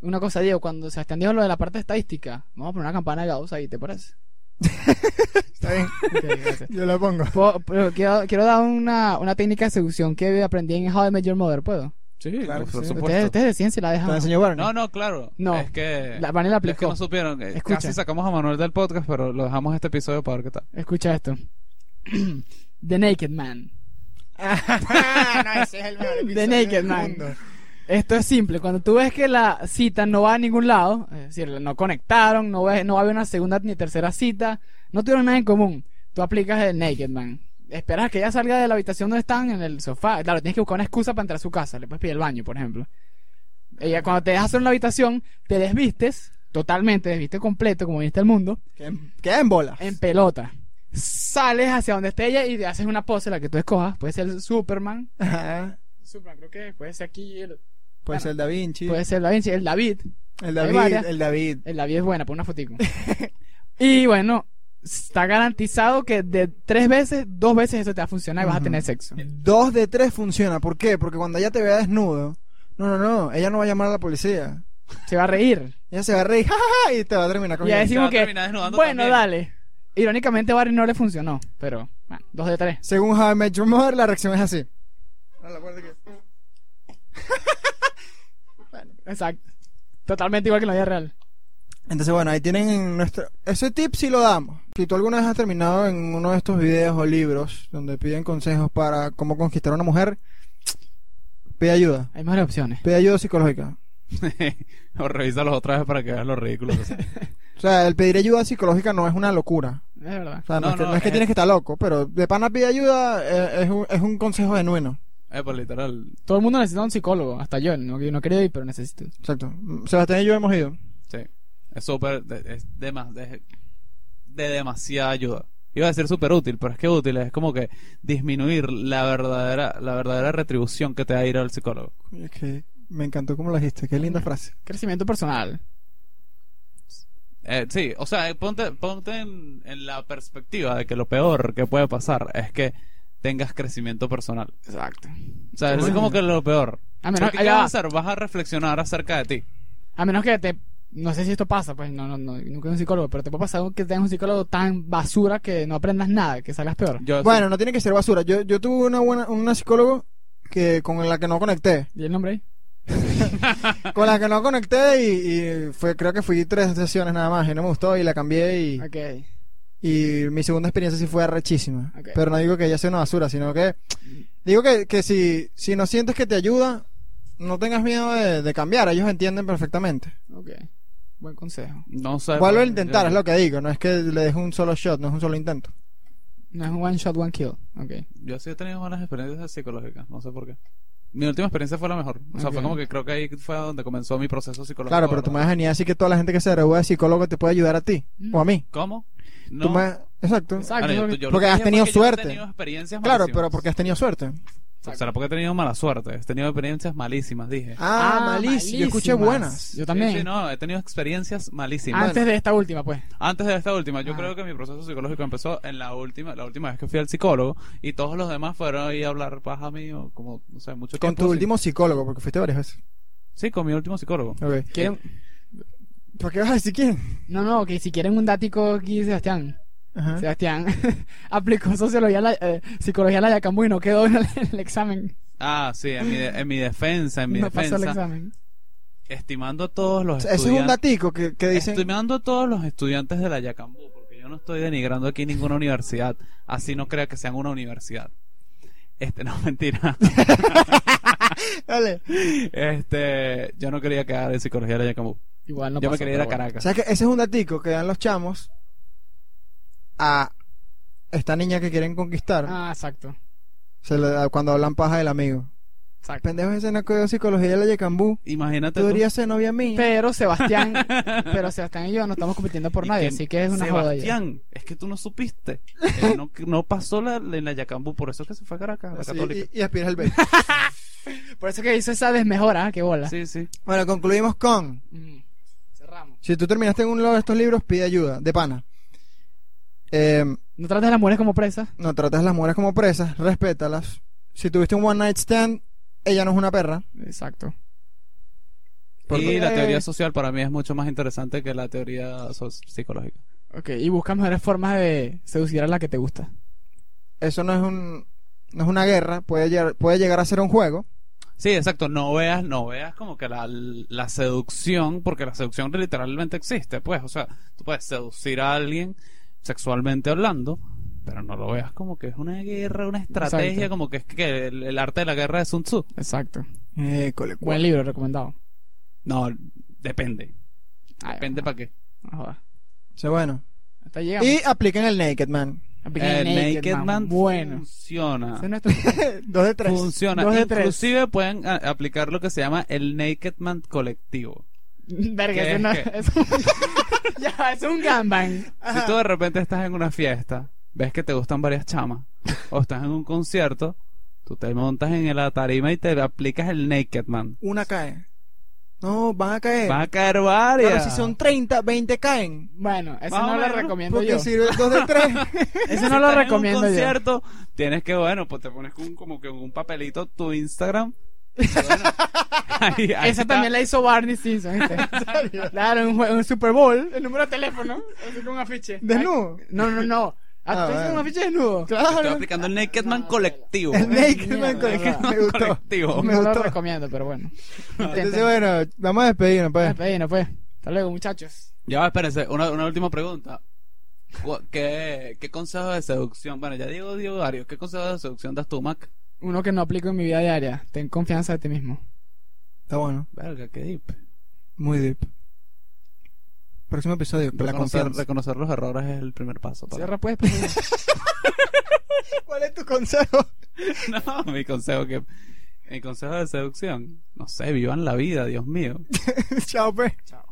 Una cosa digo, cuando Sebastián dijo lo de la parte estadística, vamos a poner una campana de Gauss ahí, ¿te parece?
Está bien,
Ok, gracias.
yo la pongo.
Po- pero quiero, quiero dar una, una técnica de seducción que aprendí en How I Met Your Mother, ¿puedo?
Sí,
Claro que
por
sí.
supuesto.
Ustedes, ustedes de ciencia la
¿Te
dejan.
la
¿no?
enseñó Barney?
No, no, claro.
No.
Es que,
La, Vanilla
es que
aplicó.
no supieron. eh,
Escucha.
Casi sacamos a Manuel del podcast, pero lo dejamos este episodio para ver qué tal.
Escucha esto. The Naked Man.
no, ese es el mejor
The Naked Man. Esto es simple. Cuando tú ves que la cita no va a ningún lado, es decir, no conectaron, no, ves, no va a haber una segunda ni tercera cita, no tuvieron nada en común, tú aplicas el Naked Man. Esperas que ella salga de la habitación donde están, en el sofá. Claro, tienes que buscar una excusa para entrar a su casa. Le puedes pedir el baño, por ejemplo. Ella, cuando te dejas solo en la habitación, te desvistes, totalmente, desviste completo, como viste el mundo,
Queda en bola.
en pelota. Sales hacia donde esté ella y te haces una pose, la que tú escojas. Puede ser Superman.
Ajá.
Superman, creo que es, puede ser aquí. el-
Puede ser el Da Vinci.
Puede ser Da Vinci, el David.
el
hay
David,
varias.
el David.
El David es buena, pon una fotico. y bueno, está garantizado que de tres veces, dos veces eso te va a funcionar y vas a
Ujú.
tener sexo.
Dos de tres funciona. ¿Por qué? Porque cuando ella te vea desnudo, no, no, no, ella no va a llamar a la policía.
Se va a reír.
Ella se va a reír ¡ja, ja, ja! y te va a terminar con
y a
Se va
decimos
a
que,
terminar desnudando
bueno,
también.
dale. Irónicamente, a Barry no le funcionó, pero bueno, dos de tres.
Según How I Met Your Mother, la reacción es así.
Exacto. Totalmente igual que en la vida real.
Entonces, bueno, ahí tienen nuestro... Ese tip sí lo damos. Si tú alguna vez has terminado en uno de estos videos o libros donde piden consejos para cómo conquistar a una mujer, pide ayuda.
Hay mejores opciones.
Pide ayuda psicológica.
o revísalos otra vez para que veas lo ridículo que son.
O sea, el pedir ayuda psicológica no es una locura.
Es verdad.
O sea, no,
No,
es que,
no,
no es que
es-
tienes que estar loco, pero de pana pide ayuda eh, es, un, es un consejo genuino.
Eh, pues literal.
Todo el mundo necesita un psicólogo, hasta yo. No, yo no quería ir, pero necesito.
Exacto. Sebastián y yo hemos ido.
Sí. Es súper. de- Es de, más- de, de demasiada ayuda. Iba a decir súper útil, pero es que útil es como que disminuir la verdadera, la verdadera retribución que te da ir al psicólogo.
Coño, Es que me encantó cómo lo dijiste. Qué linda frase.
Crecimiento personal.
Eh, sí, o sea, eh, ponte, ponte en, en la perspectiva de que lo peor que puede pasar es que tengas crecimiento personal.
Exacto.
O sea, eso es
Bueno.
como que lo peor.
Ah,
A menos,
Porque,
ahí
¿Qué
va.
vas a hacer? Vas a reflexionar acerca de ti.
A menos que te. No sé si esto pasa, pues no, no, no, nunca he un psicólogo, pero te puede pasar que tengas un psicólogo tan basura que no aprendas nada, que salgas peor.
Yo,
Bueno, no tiene que ser basura. Yo, yo tuve una buena, una psicóloga que con la que no conecté.
¿Y el nombre ahí?
Con la que no conecté y, y fue, creo que fui tres sesiones nada más y no me gustó y la cambié y
Ok.
Y mi segunda experiencia sí fue arrechísima.
Ok.
Pero no digo que ella sea una basura, sino que digo que, que si, si no sientes que te ayuda, no tengas miedo de, de cambiar. Ellos entienden perfectamente.
Ok. Buen consejo.
No sé.
Vuelvo a
pues,
intentar,
yo-
es lo que digo. No es que le dejo un solo shot, no es un solo intento.
No es un one shot, one kill. Ok.
Yo sí he tenido buenas experiencias psicológicas, no sé por qué. Mi última experiencia fue la mejor. O sea,
Ok.
fue como que creo que ahí fue donde comenzó mi proceso psicológico.
Claro, pero tú me
¿verdad?
vas a venir así que toda la gente que se gradúa de psicólogo te puede ayudar a ti
Mm.
o a mí.
¿Cómo? No.
Tú me- Exacto.
Claro,
Exacto.
yo- yo lo
Porque
que
has
dije fue
tenido
que yo he
suerte.
tenido experiencias
Claro,
malísimas.
pero porque has tenido suerte.
O sea, porque he tenido mala suerte. He tenido experiencias malísimas, dije.
Ah, malísimo. Yo escuché
malísimas.
buenas.
Yo
Sí, sí,
también.
no, he tenido experiencias malísimas.
Antes de esta última, pues.
Antes de esta última, yo
Ah.
creo que mi proceso psicológico empezó en la última, la última vez que fui al psicólogo y todos los demás fueron ahí a hablar paja mío, como, no sé, mucho
Con
tiempo
tu
sin-
último psicólogo, porque fuiste varias veces.
Sí, con mi último psicólogo.
Ok.
¿Quieren-
¿Por qué vas a decir quién?
No, no, que si quieren un dático aquí, Sebastián.
Ajá.
Sebastián aplicó sociología, a la- eh, psicología a la Yacambo y no quedó en el, en el examen.
Ah, sí, en mi, de- en mi defensa, en mi
No pasó el
defensa,
examen.
estimando a todos
O
los
sea, eso es un
estudiantes,
datico que, que dicen.
estimando a todos los estudiantes de la Yacambú, porque yo no estoy denigrando aquí ninguna universidad, así no crea que sean una universidad. Este, no, mentira.
Dale.
Este, yo no quería quedar en psicología de la Yacambú.
Igual no
yo me
pasó,
quería ir a
pero bueno.
Caracas.
¿Sabes que ese es un datico que dan los chamos a esta niña que quieren conquistar?
Ah, exacto.
Se le da cuando hablan paja del amigo.
exacto.
Pendejo ese no de psicología de la Yacambú.
Imagínate
Tú
tú.
deberías ser novia mía.
Pero Sebastián, pero Sebastián y yo no estamos compitiendo por
¿Y
nadie,
quién?
así que es una joda ya.
Sebastián, es que tú no supiste. Él no, no pasó la, en la Yacambú, por eso es que se fue a Caracas, a la
Así,
Católica.
y, y aspiras al B.
Por eso que hizo esa desmejora, que bola.
Sí, sí.
bueno, concluimos con.
Mm. Cerramos.
Si tú terminaste en uno de estos libros, pide ayuda, de pana. Eh,
No trates a las mujeres como presas.
no trates a las mujeres como presas, respétalas. Si tuviste un one night stand, ella no es una perra.
Exacto.
Y
Porque-
la teoría social para mí es mucho más interesante que la teoría so- psicológica.
Ok, y busca mejores formas de seducir a la que te gusta.
Eso no es un no es una guerra, puede llegar, puede llegar a ser un juego.
Sí, exacto. No veas, no veas como que la, la seducción, porque la seducción literalmente existe, pues. O sea, tú puedes seducir a alguien sexualmente hablando, pero no lo veas como que es una guerra, una estrategia,
Exacto.
como que es que el, el arte de la guerra de Sun Tzu.
Exacto.
École,
Buen libro, recomendado.
No, depende.
Ay,
Depende para qué.
no joda.
Sí, bueno.
Hasta llegamos.
Y apliquen el Naked Man.
Apliquen
el eh, Naked, Man, Ah.
Bueno.
funciona.
Ese es nuestro-
Dos de tres.
Funciona.
Dos de tres.
Inclusive pueden a- aplicar lo que se llama el Naked Man colectivo.
Verga,
¿Qué
ese
es
no-
qué?
es un- Ya, es un gangbang.
Ajá.
Si tú de repente estás en una fiesta, ves que te gustan varias chamas, o estás en un concierto, tú te montas en la tarima y te aplicas el Naked Man.
Una cae. No, van a caer.
Van a caer
Pero
varias.
Eh. si son 30, 20 caen.
Bueno, eso
Más o
no lo
menos,
recomiendo
Porque
yo.
si dos de tres.
Eso
Si
no lo
estás en
recomiendo
un
yo.
concierto, tienes que, bueno, pues te pones con- como que un papelito tu Instagram. Y bueno, ahí- ahí
Esa
está.
también la hizo Barney Stinson. ¿viste? claro, en un, jue- un Super Bowl, el número de teléfono, así con un afiche.
Desnudo.
Ay, No, no, no.
Ah,
Ah, tú hiciste
bueno.
un afiche desnudo.
Estoy
Claro.
aplicando el Naked Man
no,
colectivo.
El Naked Man
Mierda,
colectivo.
no.
Me gustó.
colectivo.
Me
no lo
gustó.
recomiendo, pero bueno.
Entonces, bueno, vamos a despedirnos, pues.
Bueno, pues. Hasta luego, muchachos.
Ya, espérense, una, una última pregunta. Cu- ¿Qué, ¿Qué consejo de seducción? Bueno, ya digo, digo varios. ¿Qué consejo de seducción das tú, Mac?
Uno que no aplico en mi vida diaria. Ten confianza de ti mismo.
Está bueno.
Verga, qué deep.
Muy deep. Próximo episodio. La
Reconocer,
confianza.
reconocer los errores es el primer paso. para-
Cierra pues. pues.
¿Cuál es tu consejo?
No, mi consejo que... Mi consejo de seducción. No sé, vivan la vida, Dios mío.
Chao, pues.
Chao.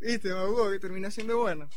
Viste, Mago, que termina siendo bueno.